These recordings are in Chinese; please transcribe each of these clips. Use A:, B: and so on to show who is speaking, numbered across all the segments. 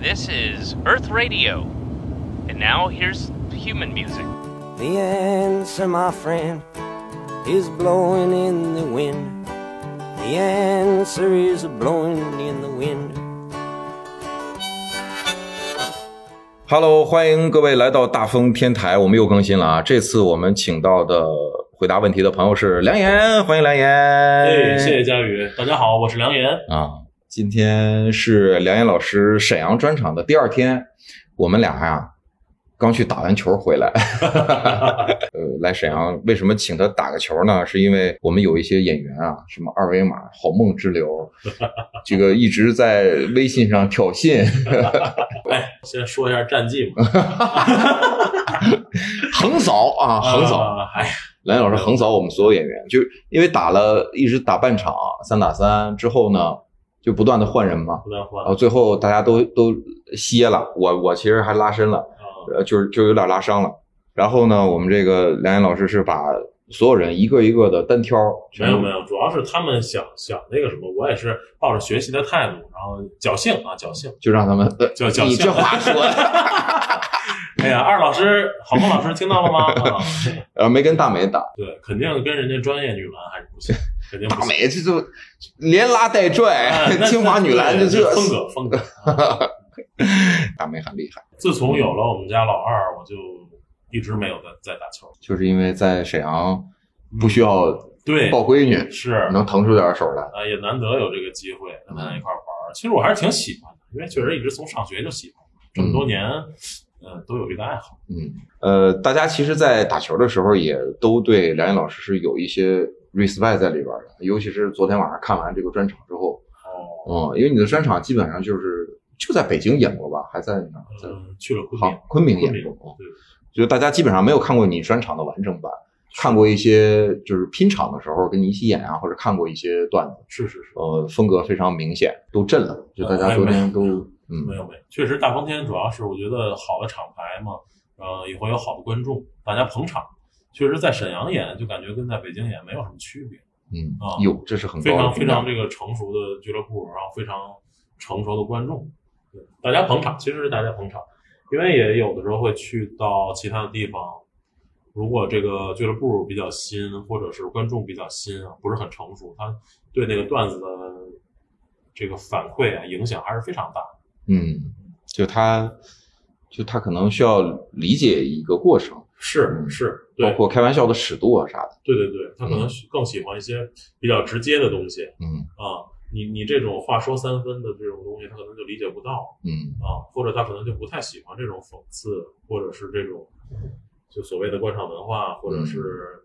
A: This is Earth Radio. And now here's human music.
B: The answer, my friend, is blowing in the wind. The answer is blowing in the wind.
C: Hello，欢迎各位来到大风天台，我们又更新了啊！这次我们请到的回答问题的朋友是梁岩，欢迎梁岩。
D: 哎，谢谢佳宇，大家好，我是梁岩。
C: 啊，今天是梁岩老师沈阳专场的第二天，我们俩呀、刚去打完球回 来。呃，来沈阳为什么请他打个球呢？是因为我们有一些演员啊，什么二维码、好梦之 流，这个一直在微信上挑 衅，
D: 哎，先说一下战绩吧。
C: 横扫啊， 横扫。
D: 啊，哎，
C: 蓝老师横扫我们所有演员，就因为打了一直打半场三打三之后呢，就不断的换人嘛，
D: 不啊断换
C: 然后最后大家都都歇了，我我其实还拉伸了，
D: 啊，
C: 呃，就是就有点拉伤了。然后呢，我们这个梁岩老师是把所有人一个一个的单挑，
D: 没有没有，主要是他们想想那个什么，我也是抱着学习的态度，然后侥幸啊，侥幸。
C: 就让他们，呃
D: 就就
C: 你这 话说的，
D: 哎呀，二老师、郝梦老师听到 了吗？啊，
C: 呃，没跟大美打，
D: 对，肯定跟人家专业女篮还是不 行，肯定不
C: 大
D: 行。
C: 美这就连拉带拽
D: 哎，那
C: 清华女篮就
D: 对
C: 这
D: 风，格风格。
C: 大美很厉害。
D: 自从有了我们家老二，我就一直没有再再打球。
C: 就是因为在沈阳不需要
D: 嗯对，
C: 抱闺女，
D: 是
C: 能腾出点手来。
D: 啊，也难得有这个机会跟大家一块儿玩
C: 嗯
D: 儿。其实我还是挺喜欢的，因为确实一直从上学就喜欢，这么多年，呃，都有这个爱好。
C: 嗯，呃，大家其实，在打球的时候也都对梁岩老师是有一些 respect 在里边的，尤其是昨天晚上看完这个专场之后，
D: 哦，
C: 嗯，因为你的专场基本上就是就在北京演过吧，还在哪儿？在
D: 嗯，去了昆明，
C: 好，昆明
D: 昆
C: 演
D: 明
C: 过。嗯
D: 对，
C: 就大家基本上没有看过你专场的完整版，看过一些就是拼场的时候跟你一起演啊，或者看过一些段子，
D: 是是是，
C: 呃，风格非常明显，都震了，就大
D: 呃
C: 家昨天都嗯
D: 没有没有，确实大风天主要是我觉得好的厂牌嘛，呃，也会有好的观众，大家捧场。确实，在沈阳演就感觉跟在北京演没有什么区别，
C: 嗯
D: 啊
C: 有，这是很
D: 非
C: 高的
D: 常非
C: 评价
D: 常这个成熟的俱乐部，然后非常成熟的观众，对大家捧场，其实是大家捧场，因为也有的时候会去到其他的地方，如果这个俱乐部比较新，或者是观众比较新啊，不是很成熟，他对那个段子的这个反馈啊，影响还是非常大。
C: 嗯，就他，就他可能需要理解一个过程，
D: 是
C: 嗯
D: 是，
C: 包
D: 对
C: 括开玩笑的尺度啊啥的。
D: 对对对，他可能
C: 嗯
D: 更喜欢一些比较直接的东西
C: 嗯
D: 啊。你你这种话说三分的这种东西，他可能就理解不到。
C: 嗯
D: 啊，或者他可能就不太喜欢这种讽刺，或者是这种就所谓的官场文化，或者是、
C: 嗯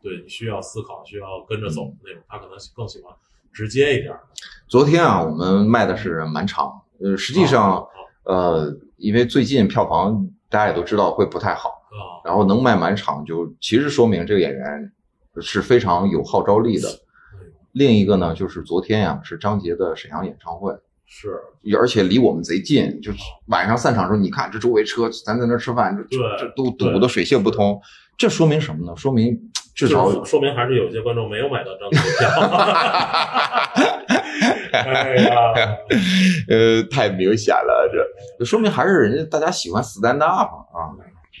D: 对你需要思考、需要跟着走的那种，他可能更喜欢直接一点儿。
C: 昨天啊，我们卖的是满场，呃，实际
D: 啊
C: 上，呃，因为最近票房大家也都知道会不太好，
D: 啊，
C: 然后能卖满场，就其实说明这个演员是非常有号召力的。另一个呢，就是昨天呀、是张杰的沈阳演唱会，
D: 是
C: 而且离我们贼近，就是晚上散场的时候，你看这周围车，咱在那儿吃饭，这
D: 对
C: 这这都堵得水泄不通。这说明什么呢？说明至少
D: 就是说明还是有些观众没有买到张杰的 票。哎呀，
C: 呃太明显了，这说明还是人家大家喜欢 stand up 啊，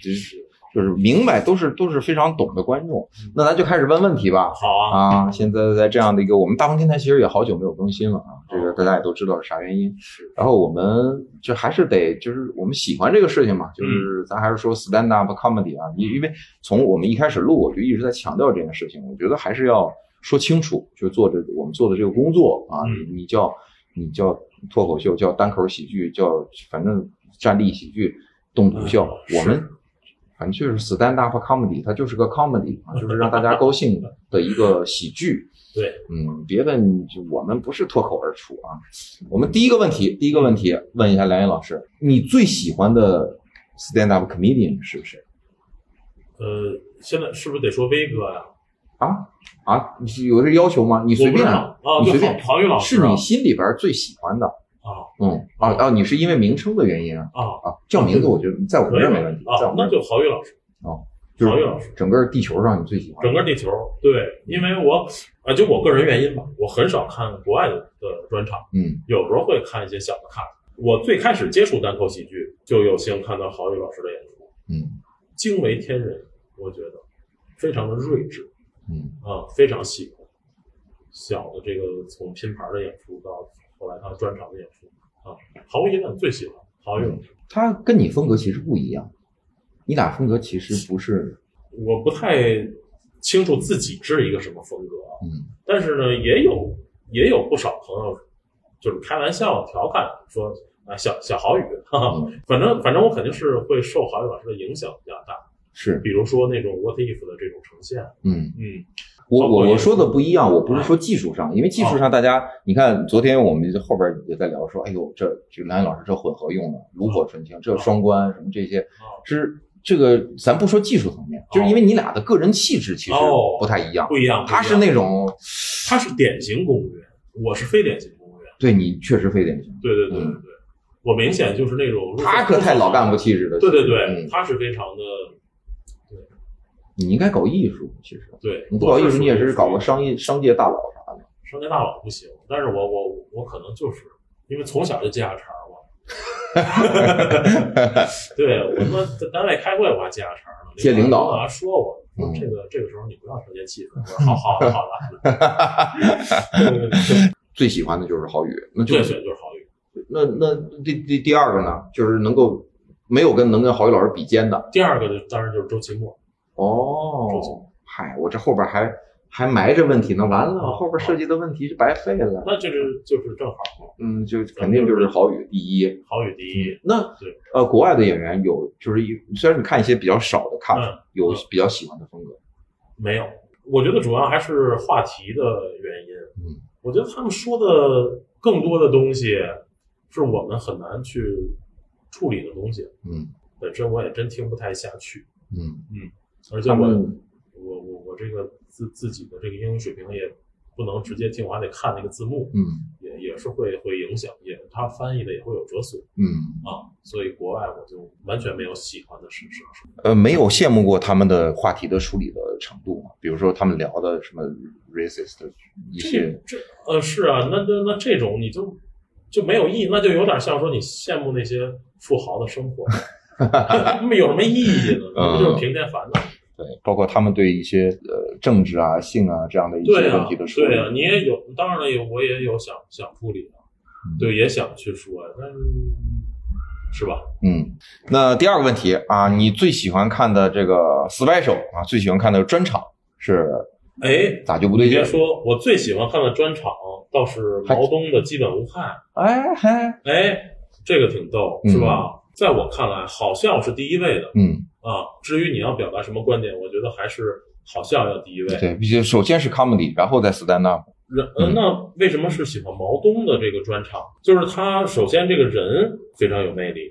C: 就是就是明白都是都是非常懂的观众。那咱就开始问问题吧。
D: 好啊，
C: 啊，现在在这样的一个，我们大风天台其实也好久没有更新了啊，这个大家也都知道是啥原因。
D: 哦是
C: 然后我们就还是得，就是我们喜欢这个事情嘛，
D: 嗯
C: 就是咱还是说 stand up comedy 啊，因因为从我们一开始录，我就一直在强调这件事情，我觉得还是要说清楚，就是做着我们做的这个工作啊，
D: 嗯
C: 你你叫你叫脱口秀，叫单口喜剧，叫反正站立喜剧、动笃笑，
D: 嗯
C: 我们
D: 是
C: 反正就是 stand up comedy，它就是个 comedy 啊，就是让大家高兴的一个喜剧。
D: 对，
C: 嗯，别的你就我们不是脱口而出啊。我们第一个问题，第一个问题问一下梁岩老师，你最喜欢的 stand up comedian 是谁
D: 呃，现在是不是得说威哥呀、
C: 啊？啊，你是有这要求吗？你
D: 你
C: 随便啊，
D: 啊，哦
C: 你随
D: 对，
C: 便
D: 郝郝宇老师
C: 是
D: 啊
C: 你心里边最喜欢的。
D: 啊
C: 嗯，啊啊，你是因为名称的原因啊？
D: 啊，
C: 啊，叫名字我觉得在我们这儿没问题，在
D: 啊
C: 我，
D: 那
C: 们这儿
D: 就郝宇老师。
C: 就
D: 曹越老师
C: 是整个地球上你最喜欢的
D: 整个地球，对，因为我啊，就我个人原因吧，我很少看国外的专场，
C: 嗯
D: 有时候会看一些小的 cut，我最开始接触单口喜剧，就有幸看到郝宇老师的演出，
C: 嗯
D: 惊为天人，我觉得非常的睿智，
C: 嗯
D: 啊，非常喜欢。小的这个从拼盘的演出到后来他专场的演出啊，毫无疑问最喜欢郝宇老师。
C: 他跟你风格其实不一样，你俩风格其实不是，
D: 我不太清楚自己是一个什么风格啊，
C: 嗯
D: 但是呢，也有也有不少朋友就是开玩笑调侃说啊，小小郝宇，哈哈，
C: 嗯，
D: 反正反正我肯定是会受郝宇老师的影响比较大，
C: 是，
D: 比如说那种 what if 的这种呈现，
C: 嗯。
D: 嗯，
C: 我
D: 包括
C: 我
D: 也
C: 我
D: 是哦
C: 说的不一样，我不是说技术上，因为技术上大家，你看昨天我们就后边也在聊说，哎呦，这这个蓝老师这混合用的炉火纯青，这双关什么这些，
D: 哦
C: 是这个咱不说技术层面，就是因为你俩的个人气质其实
D: 哦
C: 不太一样，
D: 不一样，
C: 他
D: 不一
C: 是
D: 样
C: 那种
D: 他是典型公务员，我是非典型公务员，
C: 对你确实非典型，
D: 对对对对
C: 嗯
D: 对，我明显就是那种
C: 他可太老干部，气质了，
D: 对对
C: 嗯
D: 对，他是非常的
C: 你应该搞艺术，其实
D: 对，
C: 嗯你不搞艺
D: 我
C: 术，
D: 属于
C: 你也是搞个商业商界大佬啥的。
D: 商界大佬不行，但是我我我可能就是因为从小就接下茬儿嘛。 对我他妈在单位开会我还接下茬儿呢，
C: 接领导
D: 啊说我说
C: 嗯
D: 这个这个时候你不要调节气氛，我说好好的好 的，对对
C: 最喜欢的就是郝宇，那就
D: 对，
C: 是
D: 就是郝宇。
C: 那那第第第二个呢，就是能够没有跟能跟郝宇老师比肩的
D: 第二个就当然就是周奇墨，周奇
C: 哦。
D: 墨，
C: 嗨，我这后边还还埋着问题呢，完了，
D: 哦
C: 后边涉及的问题就白费了。
D: 那这是就是正好
C: 嗯，就肯定就是郝宇第一。
D: 郝宇第一，
C: 那
D: 对
C: 呃，国外的演员有，就是一虽然你看一些比较少的 cut，、
D: 嗯
C: 有
D: 嗯
C: 比较喜欢的风格。
D: 没有，我觉得主要还是话题的原因。
C: 嗯，
D: 我觉得他们说的更多的东西是我们很难去处理的东西。
C: 嗯
D: 本身我也真听不太下去，
C: 嗯，
D: 而且
C: 他
D: 我
C: 们
D: 我我我这个自自己的这个英语水平也不能直接听，我还得看那个字幕，
C: 嗯
D: 也也是会会影响，也他翻译的也会有折损
C: 嗯
D: 啊。所以国外我就完全没有喜欢的事实。
C: 呃，没有羡慕过他们的话题的梳理的程度嘛？比如说他们聊的什么 racist 一些。
D: 这这呃是啊，那那那这种你就就没有意义，那就有点像说你羡慕那些富豪的生 活，那么有什么意义
C: 嗯
D: 呢？那不就是平添烦恼？
C: 对，包括他们对一些呃政治啊、性啊这样的一
D: 对
C: 些
D: 啊
C: 问题的，处理。
D: 对啊，你也有，当然了，有我也有想想处理的，啊
C: 嗯
D: 对，也想去说，啊但是是吧？
C: 嗯，那第二个问题啊，你最喜欢看的这个 special 啊，最喜欢看的专场是
D: 哎，
C: 咋就不对
D: 你
C: 劲
D: 别？说，我最喜欢看的专场倒是毛东的《基本无害
C: 哎嗨，》，
D: 哎，这个挺逗，是吧？在我看来，好笑是第一位的。
C: 嗯，
D: 啊，至于你要表达什么观点，我觉得还是好笑要第一位。
C: 对，必须首先是 comedy，然后再 stand up。
D: 人、呃
C: 嗯
D: 那为什么是喜欢毛东的这个专场？就是他首先这个人非常有魅力，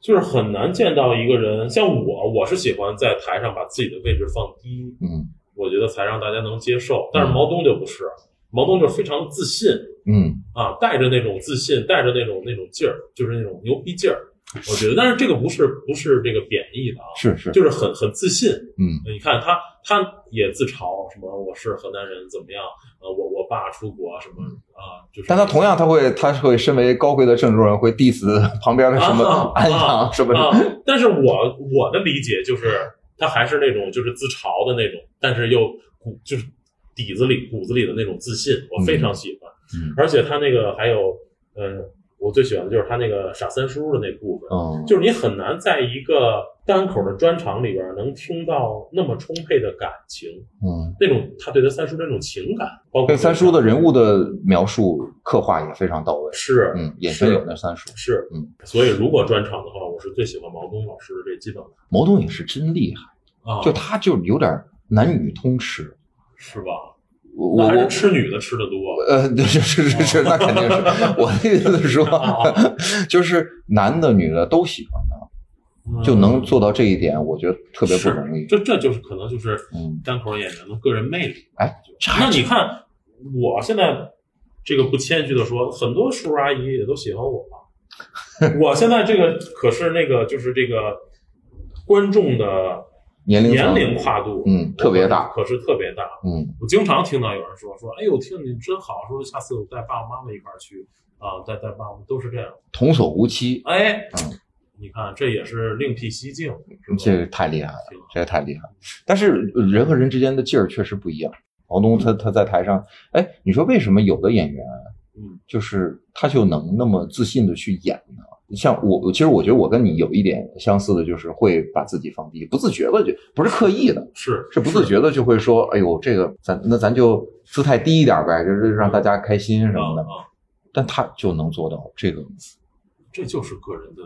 D: 就是很难见到一个人像我，我是喜欢在台上把自己的位置放低，
C: 嗯
D: 我觉得才让大家能接受。但是毛东就不是，毛东就非常自信
C: 嗯，
D: 啊，带着那种自信，带着那种那种劲儿，就是那种牛逼劲儿。我觉得，但是这个不是不是这个贬义的啊，
C: 是是，
D: 就是很很自信。
C: 嗯
D: 你看他，他也自嘲什么我是河南人怎么样？呃，我我爸出国什么啊、就是。
C: 但他同样他会他会身为高贵的郑州人会 diss 旁边的什么
D: 啊
C: 安阳什么
D: 啊
C: 的。，
D: 但是我我的理解就是，他还是那种就是自嘲的那种，但是又骨就是底子里骨子里的那种自信，我非常喜欢。
C: 嗯
D: 而且他那个还有，嗯，我最喜欢的就是他那个傻三叔的那部分，
C: 嗯，
D: 就是你很难在一个单口的专场里边能听到那么充沛的感情。
C: 嗯，
D: 那种他对他三叔那种情感，包括
C: 对三叔的人物的描述刻画也非常到位。
D: 是
C: 嗯，眼前有那三叔，
D: 是，
C: 嗯，
D: 所以如果专场的话，我是最喜欢毛东老师的这基本的
C: 毛东也是真厉害，
D: 啊，
C: 就他就有点男女通吃。
D: 是吧？
C: 我
D: 那
C: 我
D: 还
C: 我
D: 是吃女的吃的多，
C: 呃，对是是是是，那肯定是。我的意思是说，
D: 哦
C: 就是男的女的都喜欢他，就能做到这一点，我觉得特别不容易
D: 啊嗯是。这这就是可能就是
C: 嗯
D: 单口演员的个人魅力。
C: 哎，
D: 那你看，我现在这个不谦虚的说，很多叔叔阿姨也都喜欢我。 我现在这个可是那个就是这个观众的
C: 年龄
D: 年
C: 层
D: 龄跨度，
C: 嗯特别大，
D: 可是特别大。
C: 嗯
D: 我经常听到有人说说，哎呦，听你真好，说下次我带爸爸妈妈一块儿去，啊，在在巴布都是这样。
C: 童叟无欺，
D: 哎
C: 嗯，
D: 你看这也是另辟蹊径，
C: 这个太厉害了
D: 挺好，
C: 这个太厉害了。但是人和人之间的劲儿确实不一样。毛东他他在台上，哎，你说为什么有的演员，
D: 嗯，
C: 就是他就能那么自信的去演呢？像我，我其实我觉得我跟你有一点相似的，就是会把自己放低，不自觉的就不是刻意的，
D: 是
C: 是不自觉的就会说，哎呦，这个咱那咱就姿态低一点呗，就是让大家开心什么
D: 啊
C: 的。
D: 啊，
C: 但他就能做到这个，
D: 这就是个人的，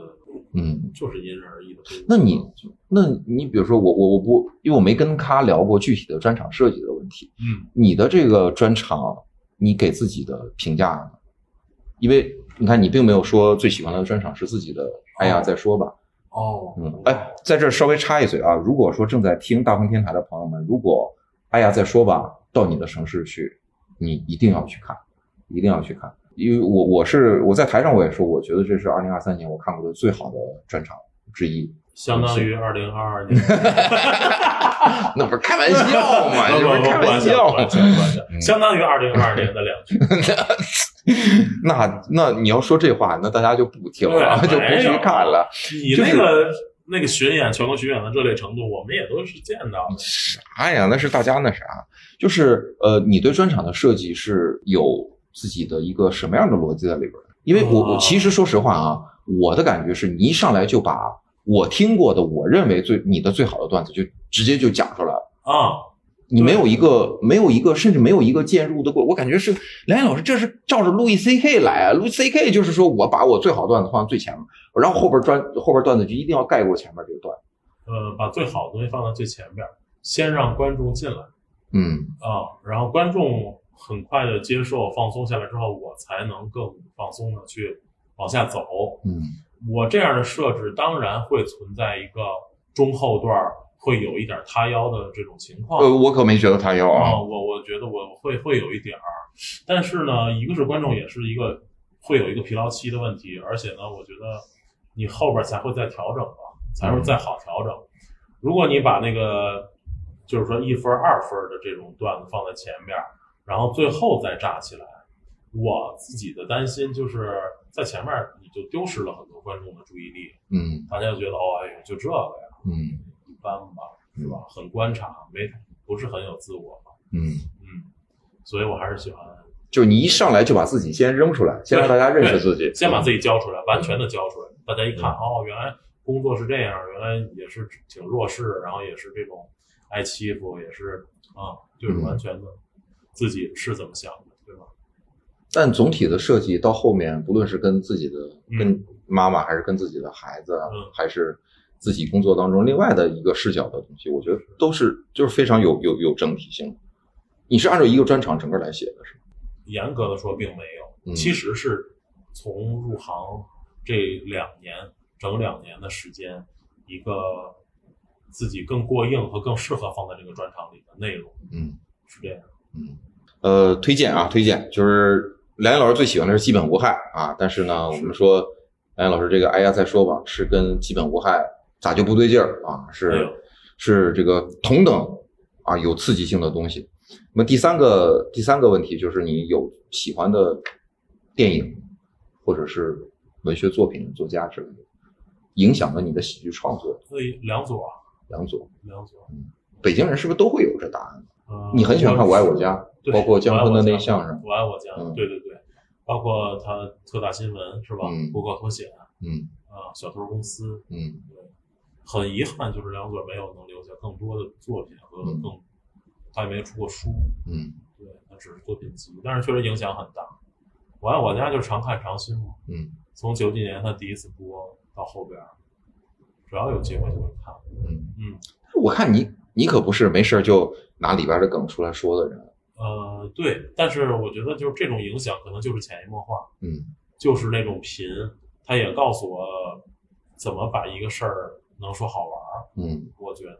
C: 嗯，
D: 就是因人而异的东西。
C: 那你，那你比如说我我我不，因为我没跟他聊过具体的专场设计的问题。
D: 嗯，
C: 你的这个专场，你给自己的评价呢？因为你看，你并没有说最喜欢的专场是自己的。哎呀，再说吧。
D: 哦，
C: 嗯，哎，在这儿稍微插一嘴啊，如果说正在听大风天台的朋友们，如果哎呀再说吧，到你的城市去，你一定要去看，一定要去看。因为我我是我在台上我也说，我觉得这是二零二三年我看过的最好的专场之一。
D: 相当于二零二二年，
C: 那不是开玩笑 嘛？这不是开玩笑
D: 不不不不不不
C: 嘛？
D: 不不相当于二零二二年的两句，
C: 那那你要说这话，那大家就不听
D: 对
C: 了，
D: 啊
C: 就不去看了。
D: 你
C: 就是
D: 那个那个巡演，全国巡演的热烈程度，我们也都是见到的。
C: 啥呀？那是大家那啥，就是呃，你对专场的设计是有自己的一个什么样的逻辑在里边儿？因为我
D: 哦
C: 我其实说实话啊，我的感觉是你一上来就把我听过的，我认为最你的最好的段子就直接就讲出来了。
D: 啊，
C: 你没有一个没有一个，甚至没有一个介入的过，我感觉是梁岩老师这是照着路易 C K 来啊，路易 C K 就是说我把我最好段子放在最前面，然后后边专后边段子就一定要盖过前面这个段，
D: 呃，把最好的东西放到最前边儿，先让观众进来
C: 嗯
D: 啊，然后观众很快的接受放松下来之后，我才能更放松的去往下走。
C: 嗯
D: 我这样的设置当然会存在一个中后段儿会有一点儿塌腰的这种情况。
C: 呃，我可没觉得他要
D: 啊、
C: 啊，
D: 我我觉得我会会有一点儿，但是呢，一个是观众也是一个会有一个疲劳期的问题，而且呢，我觉得你后边儿才会再调整吧，才会再好调整。如果你把那个就是说一分儿二分儿的这种段子放在前面儿，然后最后再炸起来，我自己的担心就是在前面儿你就丢失了很多观众的注意力，
C: 嗯
D: 大家就觉得哦，哎呦，就这个呀，
C: 嗯
D: 一般吧，是吧？很观察，没不是很有自我吧。
C: 嗯，
D: 嗯，所以我还是喜欢
C: 就你一上来就把自己先扔出来，先让大家认识自己，
D: 先把自己交出来，完全的交出来。大家一看，
C: 嗯
D: 哦，原来工作是这样，原来也是挺弱势，然后也是这种挨欺负，也是啊，就是
C: 嗯
D: 完全的自己是怎么想的，对吧？
C: 但总体的设计到后面，不论是跟自己的、
D: 嗯
C: 跟妈妈，还是跟自己的孩子，啊
D: 嗯
C: 还是自己工作当中另外的一个视角的东西，我觉得都是就是非常有有有整体性。你是按照一个专场整个来写的，是吗？
D: 严格的说，并没有，
C: 嗯
D: 其实是从入行这两年，整两年的时间，一个自己更过硬和更适合放在这个专场里的内容
C: 嗯
D: 是这样。
C: 嗯，呃，推荐啊，推荐就是梁岩老师最喜欢的是基本无害啊，但是呢，我们说梁岩老师这个哎呀再说吧，是跟基本无害咋就不对劲儿啊？是、
D: 哎呦
C: 是这个同等啊有刺激性的东西。那么第三个第三个问题就是你有喜欢的电影或者是文学作品、作家之类的，影响了你的喜剧创作。
D: 所以梁左啊，
C: 梁左，
D: 梁左，
C: 北京人是不是都会有这答案？
D: 呃
C: 你很喜欢看《我爱我家》，
D: 对
C: 包括姜昆的那相声。
D: 我爱我家，
C: 嗯
D: 呃对对对，包括他特大新闻是吧
C: 嗯？
D: 不告脱险
C: 嗯
D: 啊，小偷公司，
C: 嗯。
D: 很遗憾就是梁左没有能留下更多的作品和
C: 嗯
D: 更，他也没出过书，
C: 嗯
D: 对，他只是作品集，但是确实影响很大。我爱我家就是常看常新嘛，
C: 嗯
D: 从九几年他第一次播到后边儿，只要有机会就会看，
C: 嗯，
D: 嗯。
C: 我看你你可不是没事儿就拿里边的梗出来说的人。啊
D: 呃，对，但是我觉得就是这种影响，可能就是潜移默化，
C: 嗯
D: 就是那种贫，他也告诉我怎么把一个事儿能说好玩儿。
C: 嗯
D: 我觉得，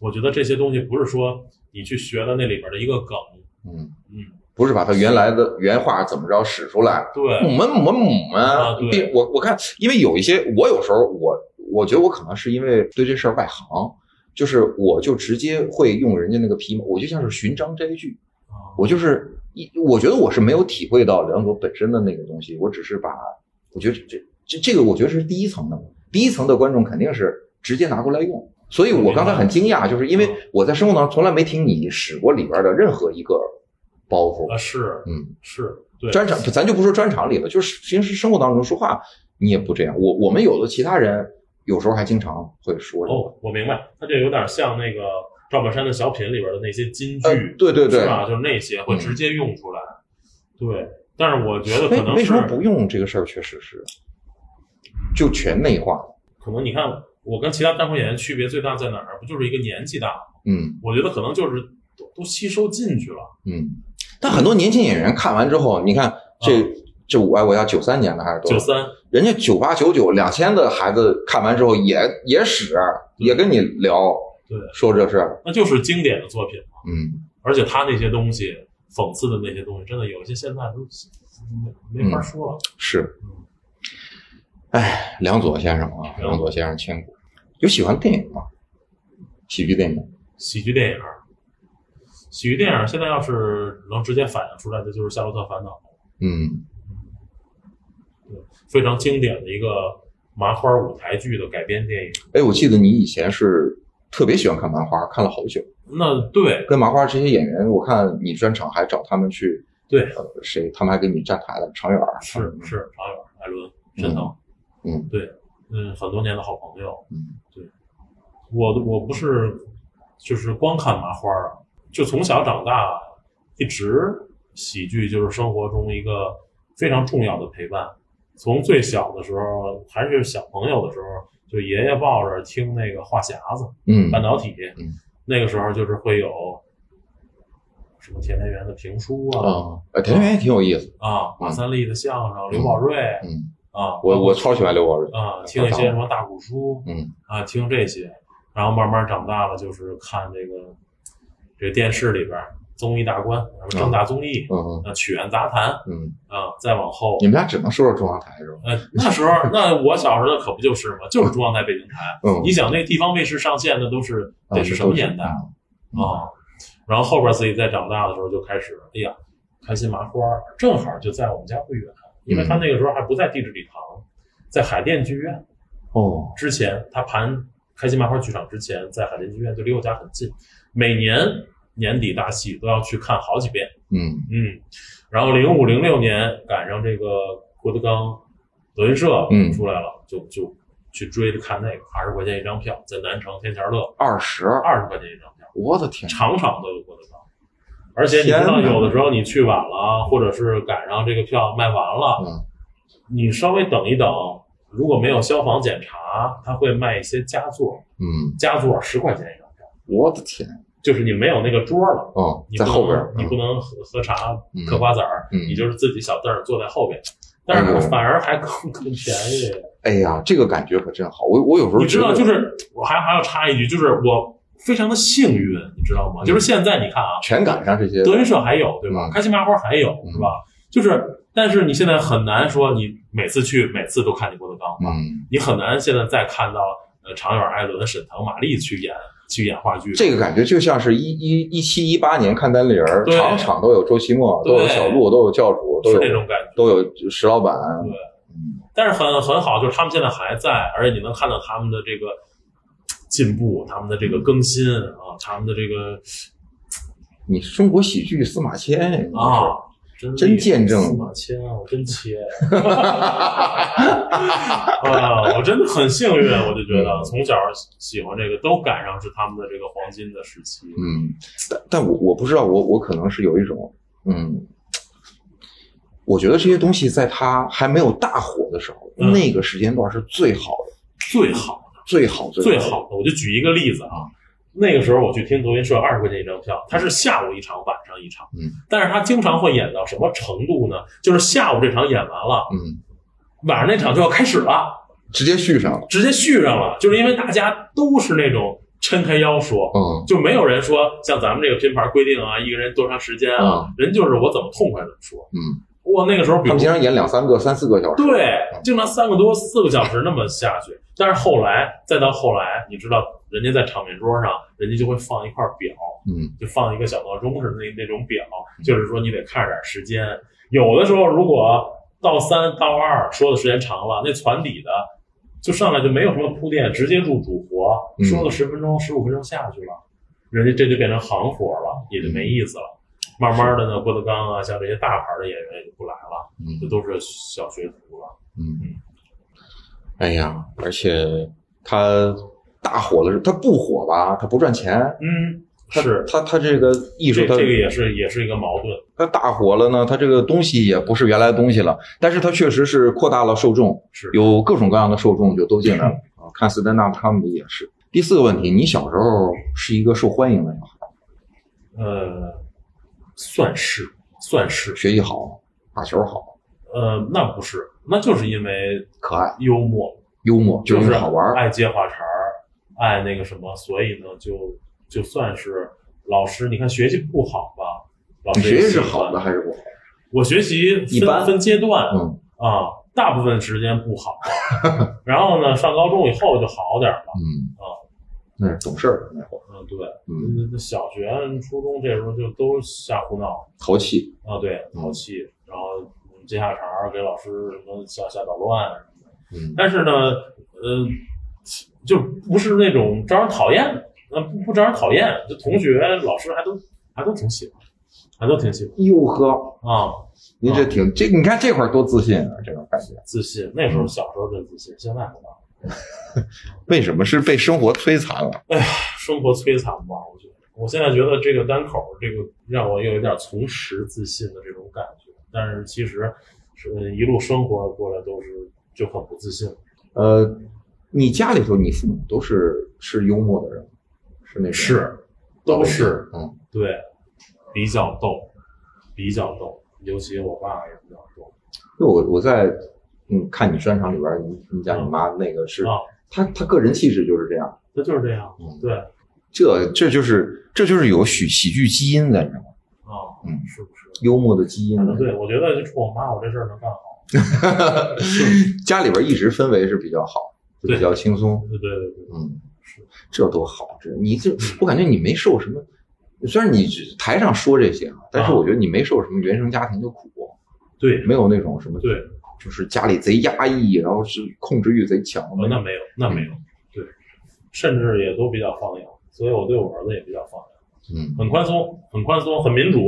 D: 我觉得这些东西不是说你去学了那里边的一个梗，
C: 嗯，
D: 嗯，
C: 不是把他原来的原话怎么着使出来。母
D: 对，
C: 们母们母
D: 啊
C: 们，
D: 对
C: 并我我看，因为有一些我有时候我我觉得我可能是因为对这事儿外行，就是我就直接会用人家那个皮毛，我就像是寻章摘句，
D: 啊
C: 我就是一我觉得我是没有体会到两者本身的那个东西，我只是把我觉得这这这个我觉得是第一层的，第一层的观众肯定是直接拿过来用。所以我刚才很惊讶，就是因为
D: 嗯
C: 我在生活当中从来没听你使过里边的任何一个包袱
D: 啊，。是
C: 嗯，
D: 是，对，
C: 专场咱就不说专场里了，就是平时生活当中说话你也不这样。我我们有的其他人有时候还经常会说。
D: 哦，我明白，它这有点像那个赵本山的小品里边的那些金句，
C: 呃，对对对嗯
D: 是，吧？就是那些会直接用出来。对，但是我觉得可
C: 为
D: 能
C: 为
D: 是
C: 什么不用这个事儿？确实是，就全内化。
D: 可能你看我跟其他单口演员区别最大在哪儿？不就是一个年纪大吗？
C: 嗯
D: 我觉得可能就是都都吸收进去了。
C: 嗯。但很多年轻演员看完之后，你看这、这我爱我家九三年的还是多
D: 嗯九
C: 少？
D: 三，
C: 人家九八九九两千的孩子看完之后也也使啊也跟你聊，
D: 嗯对
C: 说这事儿。
D: 那就是经典的作品嘛。
C: 嗯
D: 而且他那些东西，讽刺的那些东西，真的有一些现在都没没法说了。
C: 是。哎，梁左先生啊，
D: 嗯
C: 梁左先生千古，有喜欢电影吗？喜剧电影？
D: 喜剧电影儿，喜剧电影儿现在要是能直接反映出来的，就是《夏洛特烦恼》。
C: 嗯
D: 非常经典的一个麻花舞台剧的改编电影。
C: 哎，我记得你以前是特别喜欢看漫画，看了好久。
D: 那对
C: 跟麻花这些演员，我看你专场还找他们去，
D: 对，
C: 呃，谁他们还给你站台了，常远儿
D: 是是常远、艾伦、沈腾，
C: 嗯
D: 对，嗯，很多年的好朋友。
C: 嗯，
D: 对，我我不是就是光看麻花啊，就从小长大一直喜剧就是生活中一个非常重要的陪伴。从最小的时候，还是小朋友的时候，就爷爷抱着听那个话匣子，
C: 嗯
D: 半导体，
C: 嗯
D: 那个时候就是会有什么田连元的评书啊，
C: 啊，呃田园也挺有意思，
D: 啊，马三立的相声，刘宝瑞
C: 嗯，
D: 啊，
C: 我我超喜欢刘宝瑞，
D: 啊，听一些什么大鼓书
C: 嗯
D: 啊，听这些，然后慢慢长大了就是看这个这电视里边儿综艺大观，什么正大综艺，
C: 嗯
D: 啊，曲苑杂谈
C: 嗯嗯，
D: 啊，再往后
C: 你。们俩只能说说中央台是吧？
D: 呃，那时候，那我小时候可不就是嘛，就是中央台、北京台。
C: 嗯，
D: 你想，那地方卫视上线的都是得是什么年代？
C: 啊？
D: 啊、然后后边自己再长大的时候就开始，哎呀，开心麻花儿正好就在我们家不远，因为他那个时候还不在地质礼堂，在海淀剧院
C: 哦，
D: 之前，他盘开心麻花剧场之前，在海淀剧院就离我家很近，每年年底大戏都要去看好几遍，
C: 嗯
D: 嗯，然后零五零六年赶上这个郭德纲德云社
C: 嗯
D: 出来了，就就去追着看那个，二十块钱一张票，在南城天桥乐
C: 二十，
D: 二十块钱一张票。
C: 我的天，
D: 场场都有郭德纲。而且你知道，
C: 天哪
D: 有的时候你去晚了，或者是赶上这个票卖完了，
C: 嗯
D: 你稍微等一等，如果没有消防检查，他会卖一些佳座，
C: 嗯，
D: 佳座十块钱一张票，
C: 我的天，
D: 就是你没有那个桌了，
C: 哦
D: 你，
C: 在
D: 不能
C: 后边儿，
D: 你不
C: 嗯
D: 能喝喝茶
C: 嗯、
D: 嗑瓜子儿，
C: 嗯
D: 你就是自己小凳儿坐在后边，但
C: 哎
D: 是
C: 呦
D: 反而还更更便宜。
C: 哎呀，这个感觉可真好，我我有时候
D: 你知道，
C: 觉得
D: 就是我还还要插一句，就是我非常的幸运，你知道吗？
C: 嗯
D: 就是现在你看啊，
C: 全赶上这些，
D: 德云社还有对吧？
C: 嗯
D: 开心麻花还有是吧？就是，但是你现在很难说你每次去每次都看见郭德纲吧？
C: 嗯，
D: 你很难现在再看到呃常远、艾伦、沈腾、马丽去演去演话剧。
C: 这个感觉就像是一一一七一八年看单立人儿，
D: 对
C: 场场都有周奇墨，都有
D: 对
C: 小鹿，都有教主，都
D: 是那种
C: 有
D: 感觉，
C: 都有石老板，
D: 但是很很好，就是他们现在还在，而且你能看到他们的这个嘖进步，他们的这个更新啊，他们的这个
C: 你中国喜剧司马迁呀，
D: 啊，真
C: 真
D: 厉害
C: 见证
D: 司马迁啊，我真切 啊！我真的很幸运，我就觉得从小喜欢这个，都赶上是他们的这个黄金的时期。
C: 嗯，但但我我不知道，我我可能是有一种，嗯，我觉得这些东西在它还没有大火的时候，
D: 嗯
C: 那个时间段是最好的，
D: 最好
C: 最好最
D: 最
C: 好的。
D: 好的，我就举一个例子啊。那个时候我去听德云社二十块钱一张票，它是下午一场，晚上一场。
C: 嗯，
D: 但是它经常会演到什么程度呢？就是下午这场演完了，
C: 嗯，
D: 晚上那场就要开始了。
C: 直接续上了。
D: 直接续上了，就是因为大家都是那种抻开腰说，
C: 嗯
D: 就没有人说像咱们这个拼盘规定啊，一个人多长时间啊，人就是我怎么痛快怎么说。
C: 嗯，
D: 我那个时候，比
C: 他
D: 如
C: 们经常演两三个、三四个小时。
D: 对，经常三个多四个小时那么下去，但是后来，再到后来，你知道，人家在场面桌上，人家就会放一块表，
C: 嗯，
D: 就放一个小闹钟似的那那种表，就是说你得看着点时间。有的时候如果到三到二说的时间长了，那攒底的就上来就没有什么铺垫，直接入主活，
C: 嗯
D: 说个十分钟、十五分钟下去了，人家这就变成行活了，也就没意思
C: 嗯
D: 了。慢慢的呢，郭德纲啊，像这些大牌的演员也就不来了，这
C: 嗯
D: 都是小学徒了。
C: 嗯，哎呀，而且他大火的时候，他不火吧，他不赚钱，
D: 嗯，
C: 他
D: 是
C: 他他这个艺术
D: 这
C: 他
D: 这个也是也是一个矛盾。
C: 他大火了呢，他这个东西也不是原来的东西了，但是他确实是扩大了受众，
D: 是
C: 有各种各样的受众就都进来了
D: 嗯
C: 啊。看 stand up 他们的也是。第四个问题，你小时候是一个受欢迎的小孩，
D: 呃，算是算是，
C: 学习好，打球好，
D: 呃，那不是，那就是因为
C: 可爱，
D: 幽默，
C: 幽默，
D: 就
C: 因
D: 是啊
C: 为好玩儿。
D: 爱接话茬儿，爱那个什么，所以呢，就就算是老师，你看学习不好吧，老
C: 你
D: 师
C: 学
D: 也
C: 习是
D: 喜欢
C: 好的，还是不好？
D: 我学习分
C: 一般
D: 分阶段，
C: 嗯
D: 啊，大部分时间不好， 然后呢，上高中以后就好点儿了。
C: 嗯
D: 啊，
C: 那是懂事儿那会儿，
D: 嗯，对，
C: 嗯，
D: 那那小学、初中这时候就都瞎胡闹，
C: 淘气，
D: 啊，对，淘气，然后接下茬儿给老师什么下下捣乱啊什么的。
C: 嗯
D: 但是呢，呃，就不是那种招人讨厌的，呃，不不招人讨厌，就同学、老师还都还都挺喜欢，还都挺喜欢
C: 哟呵，
D: 啊，
C: 您这挺这，你看这会儿多自信啊，这种感觉。
D: 自信。那时候小时候真自信，现在不知道，
C: 为什么是被生活摧残了？
D: 生活摧残吧，我觉得。我现在觉得这个单口儿，这个让我有一点从实自信的这种感觉，但是其实是呃一路生活过来都是就很不自信。
C: 呃，你家里头，你父母都是是幽默的人吗，是那种
D: 是，都是，
C: 嗯，
D: 对，比较逗，比较逗，尤其我爸也比较逗
C: 就我我在嗯看你专场里边儿，你你家你妈那个是，
D: 啊，
C: 她她个人气质就是这样，
D: 那就是这样，
C: 嗯
D: 对啊
C: 这这就是这就是有喜喜剧基因的，你知道吗？
D: 啊，
C: 嗯
D: 是不是？
C: 幽默的基因
D: 反
C: 的
D: 正，啊对，我觉得就冲我妈，我这事儿能干好，
C: 家里边儿一直氛围是比较好，就比
D: 对
C: 较轻松，
D: 对对对对，
C: 嗯
D: 是，
C: 这多好，这你 这我感觉你没受什么，虽然你台上说这些啊，但是
D: 啊
C: 我觉得你没受什么原生家庭的苦。
D: 对
C: 没有那种什么
D: 对，
C: 就是家里贼压抑，然后是控制欲贼强
D: 呃那
C: 的。
D: 没有，那没有，对，甚至也都比较放养，所以我对我儿子也比较放养，
C: 嗯
D: 很宽松，很宽松，很民主。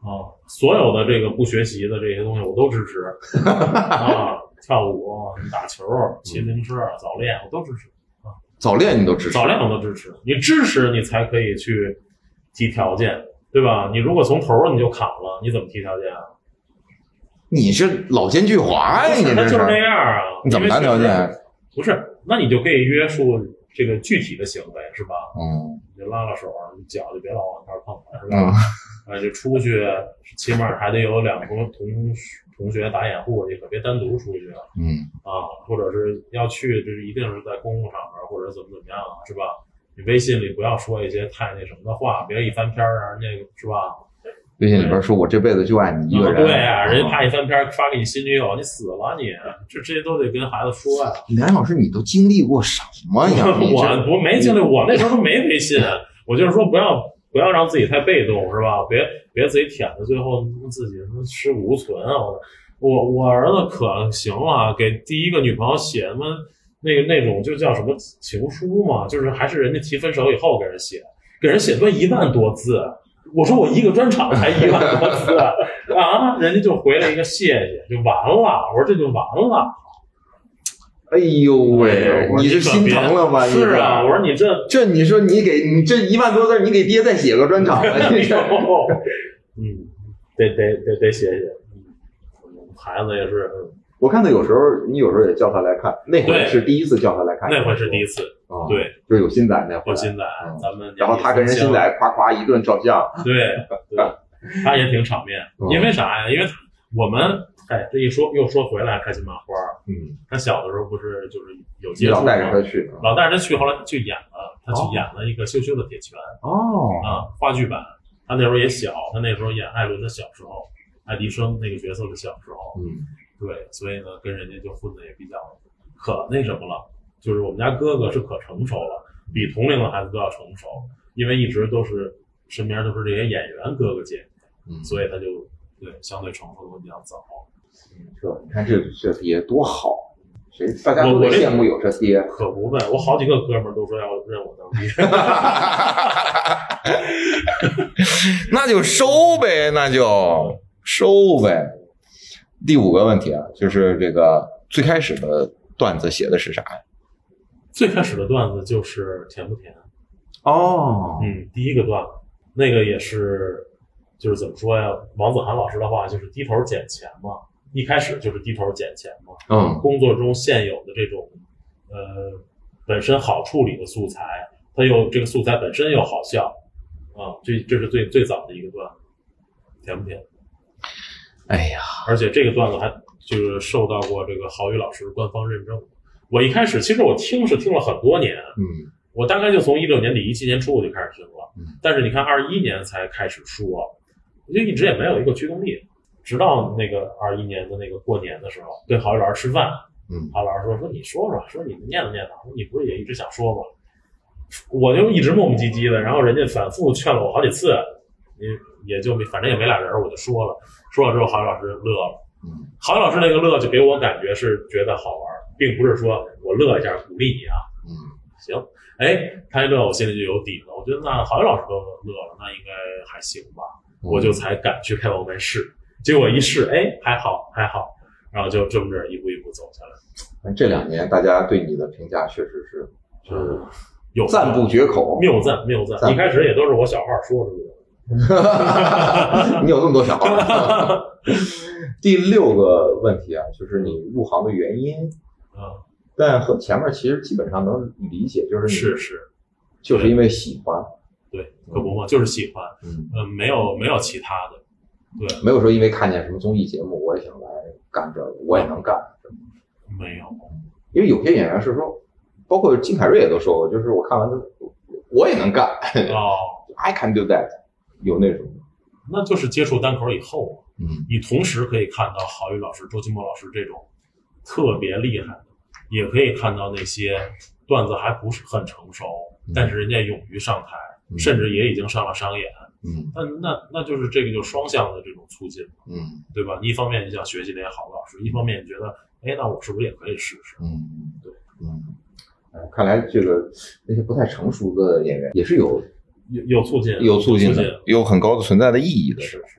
D: 啊，所有的这个不学习的这些东西我都支持 啊，跳舞、打球、骑自行车、早恋我都支持。
C: 早恋你都支持？
D: 少量我都支持，你支持你才可以去提条件，对吧？你如果从头儿你就砍了，你怎么提条件啊？
C: 你是老奸巨猾呀、哎你
D: 那
C: 这
D: 就是那
C: 是？
D: 样啊，
C: 你怎么谈条
D: 因为
C: 件
D: 确实？？不是，那你就可以约束这个具体的行为，是吧？
C: 嗯
D: 你就拉拉手，啊你脚就别老往那儿碰了，是吧？
C: 嗯
D: 啊，就出去，起码还得有两个同同同学打掩护，你可别单独出去啊。
C: 嗯
D: 啊，或者是要去，就是一定是在公共场合，或者怎么怎么样啊，是吧？你微信里不要说一些太那什么的话，别一翻篇儿啊，那个是吧？
C: 微信里边说我这辈子就爱你一个人。
D: 对啊，人家
C: 嗯
D: 怕一翻篇儿发给你新女友，你死了你，这这些都得跟孩子说呀、
C: 梁老师，你都经历过什么呀？啊你
D: 我
C: 这
D: 不没经历，我那时候都没微信，我就是说不要不要让自己太被动，是吧？别别自己舔的，最后自己尸骨无存啊！我我我儿子可行了，给第一个女朋友写他妈那个那种就叫什么情书嘛，就是还是人家提分手以后给人写，给人写他妈一万多字。我说我一个专场才一万多字 啊，人家就回了一个谢谢，就完了。我说这就完了。
C: 哎呦喂，
D: 我说
C: 你
D: 可
C: 是心
D: 别
C: 疼了吧？你
D: 是啊，我说你这
C: 这你说你给你这一万多字儿，你给爹再写个专场
D: 哎
C: 吧？ 你这
D: 嗯，得得得得写写。嗯，孩子也是，嗯
C: 我看他有时候，你有时候也叫他来看，那会儿
D: 对
C: 是第一次叫他来看，
D: 那回是第
C: 一
D: 一次，
C: 啊，
D: 对，
C: 就是有新仔那会
D: 我
C: 儿。
D: 新仔
C: 嗯，
D: 咱们
C: 然后他跟人新
D: 仔，
C: 仔夸夸一顿照相，
D: 对 对，他也挺场面
C: 嗯，
D: 因为啥呀？因为他我们，哎，这一说又说回来，开心麻花，
C: 嗯，
D: 他小的时候不是就是有
C: 你
D: 接触
C: 老
D: 吗
C: 带着他哦去，
D: 老带着他去，后来他去演了，他去演了一个《羞羞的铁拳》
C: 哦，
D: 啊，话剧版。他那时候也小，他那时候演艾伦的小时候，爱迪生那个角色的小时候，
C: 嗯，
D: 对，所以呢，跟人家就混的也比较可那什么了，就是我们家哥哥是可成熟了，比同龄的孩子都要成熟，因为一直都是身边都是这些演员哥哥姐，
C: 嗯
D: 所以他就对相对成熟的会比较早。
C: 这你看这这爹多好，谁大家都
D: 我我
C: 得
D: 这
C: 羡慕有这爹。
D: 可不呗，我好几个哥们儿都说要认我当爹，
C: 那就收呗，那就收呗。第五个问题啊，就是这个最开始的段子写的是啥呀？
D: 最开始的段子就是甜不甜？
C: 哦，
D: 嗯，第一个段子那个也是，就是怎么说呀？王子涵老师的话就是低头捡钱嘛，一开始就是低头捡钱嘛。
C: 嗯
D: 工作中现有的这种呃本身好处理的素材，它又这个素材本身又好笑啊，这这是最最早的一个段子，甜不甜？
C: 哎呀，
D: 而且这个段子还就是受到过这个郝宇老师官方认证。我一开始其实我听是听了很多年，
C: 嗯
D: 我大概就从一六年底一七年初我就开始听了
C: 嗯，
D: 但是你看二一年才开始说，我就一直也没有一个驱动力。直到那个二一年的那个过年的时候，跟郝宇老师吃饭，
C: 嗯
D: 郝宇老师说说你说说，说你念叨念叨，说你不是也一直想说吗？我就一直磨磨唧唧的，然后人家反复劝了我好几次，也也就没反正也没俩人，我就说了，说了之后郝宇老师乐了。
C: 嗯
D: 郝宇老师那个乐就给我感觉是觉得好玩，并不是说我乐一下鼓励你啊，
C: 嗯，
D: 行，哎，他一乐我心里就有底了。我觉得那郝宇老师都乐了，那应该还行吧，我
C: 嗯
D: 就才敢去开房门试。结果一试，哎，还好还好，然后就这么着一步一步走下来，
C: 嗯这两年大家对你的评价确实是
D: 就是有
C: 嗯赞不绝口，
D: 谬赞谬赞。
C: 赞
D: 一开始也都是我小话说出去的，
C: 你有这么多小孩儿。 第六个问题啊，就是你入行的原因，
D: 嗯，
C: 但和前面其实基本上能理解，就是你
D: 是是，
C: 就是因为喜欢，
D: 对，可不嘛，就是喜欢，
C: 嗯，
D: 嗯，没有没有其他的，对，
C: 没有说因为看见什么综艺节目，我也想来干这个，我也能干。
D: 没有，
C: 因为有些演员是说，包括金凯瑞也都说过，就是我看完他，我也能干
D: 哦，
C: ，I can do that，有那种，
D: 那就是接触单口以后嘛。
C: 嗯
D: 你同时可以看到郝宇老师、周奇墨老师这种特别厉害的，也可以看到那些段子还不是很成熟，
C: 嗯
D: 但是人家勇于上台，
C: 嗯
D: 甚至也已经上了商演。啊
C: 嗯
D: 那那那就是这个就双向的这种促进，
C: 嗯
D: 对吧？你一方面你想学习那些好的老师，一方面你觉得，哎，那我是不是也可以试试？
C: 嗯，
D: 对，
C: 嗯，哎看来这个那些不太成熟的演员也是有
D: 有有促进，
C: 有促进
D: 进
C: 的，有很高的存在的意义的。
D: 是是。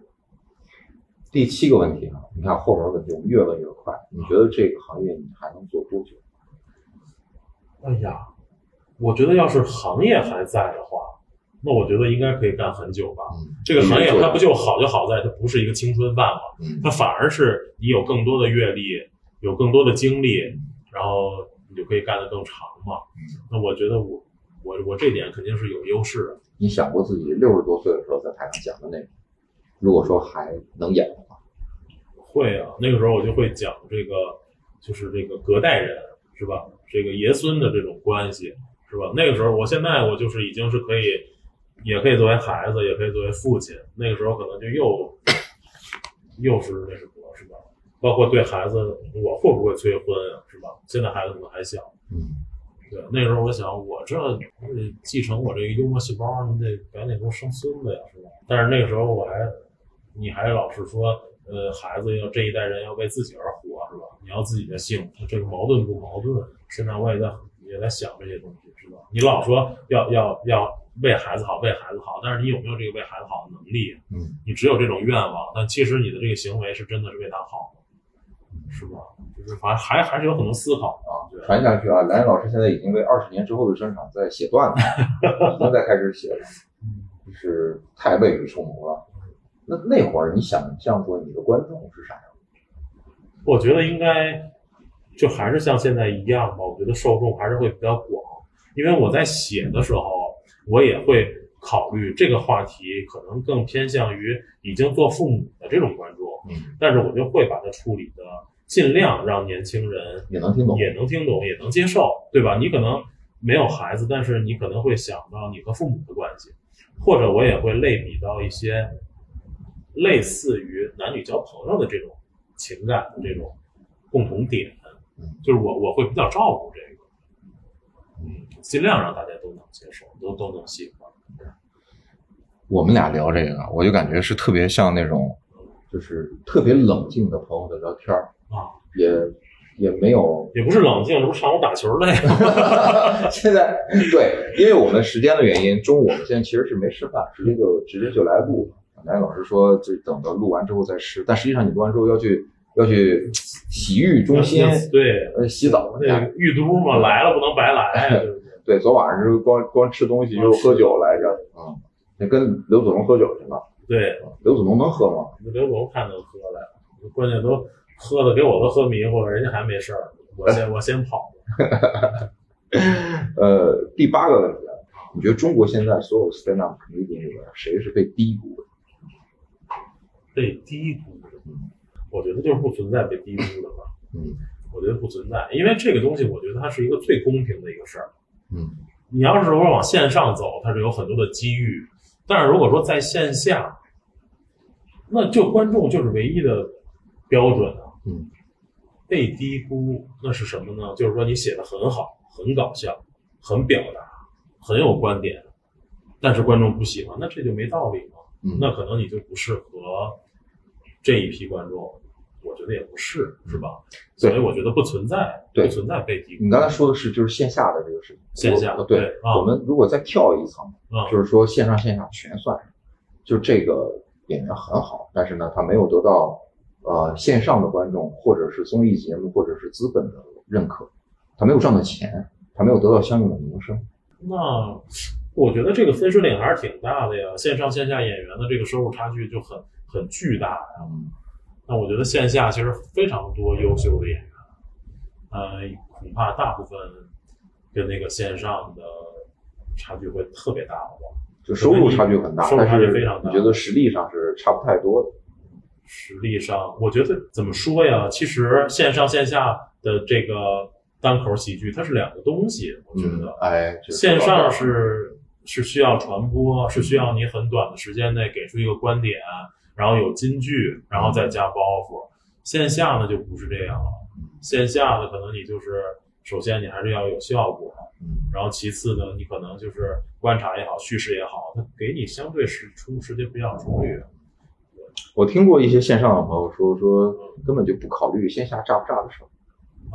C: 第七个问题啊，你看后边问题我们越问越快，你觉得这个行业你还能做多久？
D: 哎呀，我觉得要是行业还在的话，那我觉得应该可以干很久吧。
C: 嗯
D: 这个行业
C: 没错
D: 它不就好就好在它不是一个青春饭嘛，
C: 嗯
D: 它反而是你有更多的阅历，有更多的经历，然后你就可以干得更长嘛。那我觉得我我我这点肯定是有优势的。
C: 你想过自己六十多岁的时候在台上讲的内容？如果说还能演的话，
D: 会啊，那个时候我就会讲这个，就是这个隔代人是吧？这个爷孙的这种关系是吧？那个时候，我现在我就是已经是可以，也可以作为孩子，也可以作为父亲。那个时候可能就又又是那什么了是吧？包括对孩子，我会不会催婚啊？是吧？现在孩子可能还小，
C: 嗯，
D: 对，那时候我想，我这我得继承我这个幽默细胞，你得赶紧给我生孙子呀，是吧？但是那个时候我还，你还老是说，呃，孩子要这一代人要为自己而活，是吧？你要自己的幸福，这个矛盾不矛盾？现在我也在也在想这些东西，是吧？你老说要要要为孩子好，为孩子好，但是你有没有这个为孩子好的能力？
C: 嗯，
D: 你只有这种愿望，但其实你的这个行为是真的是为他好的，是吧？就是反正还还是有很多思考的，我觉得
C: 传下去啊！蓝老师现在已经为二十年之后的专场在写段子，已经在开始写了，就是太未雨绸缪了。那那会儿你想象过你的观众是啥样？
D: 我觉得应该就还是像现在一样吧。我觉得受众还是会比较广，因为我在写的时候，我也会考虑这个话题可能更偏向于已经做父母的这种观众，
C: 嗯，
D: 但是我就会把它处理的尽量让年轻人
C: 也能听懂。
D: 也能听懂，也能接受，对吧？你可能没有孩子，但是你可能会想到你和父母的关系，或者我也会类比到一些类似于男女交朋友的这种情感的这种共同点
C: 嗯，
D: 就是我我会比较照顾这个，嗯尽量让大家都能接受，都都能喜欢。
C: 我们俩聊这个，我就感觉是特别像那种，就是特别冷静的朋友的聊天儿
D: 啊，
C: 也也没有。
D: 也不是冷静，这不是上午打球累 吗？
C: 现在对，因为我们时间的原因，中午我们现在其实是没吃饭，直接就直接就来录了。梁老师说，这等到录完之后再吃，但实际上你录完之后要去要去洗浴中心，
D: 对，
C: 呃，洗澡去。
D: 那玉都嘛，来了不能白来，对不对？
C: 对，昨晚上是光光吃东西又喝酒来着，嗯，那跟刘子龙喝酒去了。嗯
D: 对，
C: 刘子龙能喝吗？
D: 那刘总看都喝了，关键都喝的给我都喝迷糊了，人家还没事儿，我先我先跑。
C: 呃，第八个问题啊，你觉得中国现在所有 stand up comedian 里边，谁是被低估的？
D: 被低估的，我觉得就是不存在被低估的吧。
C: 嗯
D: 我觉得不存在，因为这个东西，我觉得它是一个最公平的一个事儿。
C: 嗯，
D: 你要是说往线上走，它是有很多的机遇，但是如果说在线下，那就观众就是唯一的标准啊。
C: 嗯，
D: 被低估那是什么呢？就是说你写的很好，很搞笑，很表达，很有观点，但是观众不喜欢，那这就没道理嘛。
C: 嗯
D: 那可能你就不适合这一批观众，我觉得也不是，是吧？
C: 对
D: 所以我觉得不存在，
C: 对
D: 不存在被低估。
C: 你刚才说的是就是线下的这个事情，
D: 线下
C: 我对
D: 对，啊
C: 我们如果再跳一层，
D: 啊，
C: 就是说线上线下全算上，就这个演员很好，但是呢，他没有得到呃线上的观众或者是综艺节目或者是资本的认可，他没有赚到钱，他没有得到相应的名声。
D: 那我觉得这个分水岭还是挺大的呀，线上线下演员的这个收入差距就很很巨大呀。
C: 嗯
D: 那我觉得线下其实非常多优秀的演员，呃，恐怕大部分跟那个线上的差距会特别大吧。
C: 就收入差距很大，
D: 收入
C: 但
D: 差距
C: 是
D: 非常大
C: 你觉得实力上是差不太多的。
D: 实力上，我觉得怎么说呀？其实线上线下的这个单口喜剧，它是两个东西，我觉得。
C: 嗯，哎，这
D: 线
C: 说到这
D: 上
C: 儿
D: 是是需要传播，是需要你很短的时间内给出一个观点，然后有金句，然后再加包袱。线下呢就不是这样了，线下呢可能你就是首先你还是要有效果，
C: 嗯
D: 然后其次呢你可能就是观察也好，叙事也好，它给你相对时出时间比较充裕。
C: 我听过一些线上的朋友说，说
D: 嗯
C: 根本就不考虑线下炸不炸的事儿，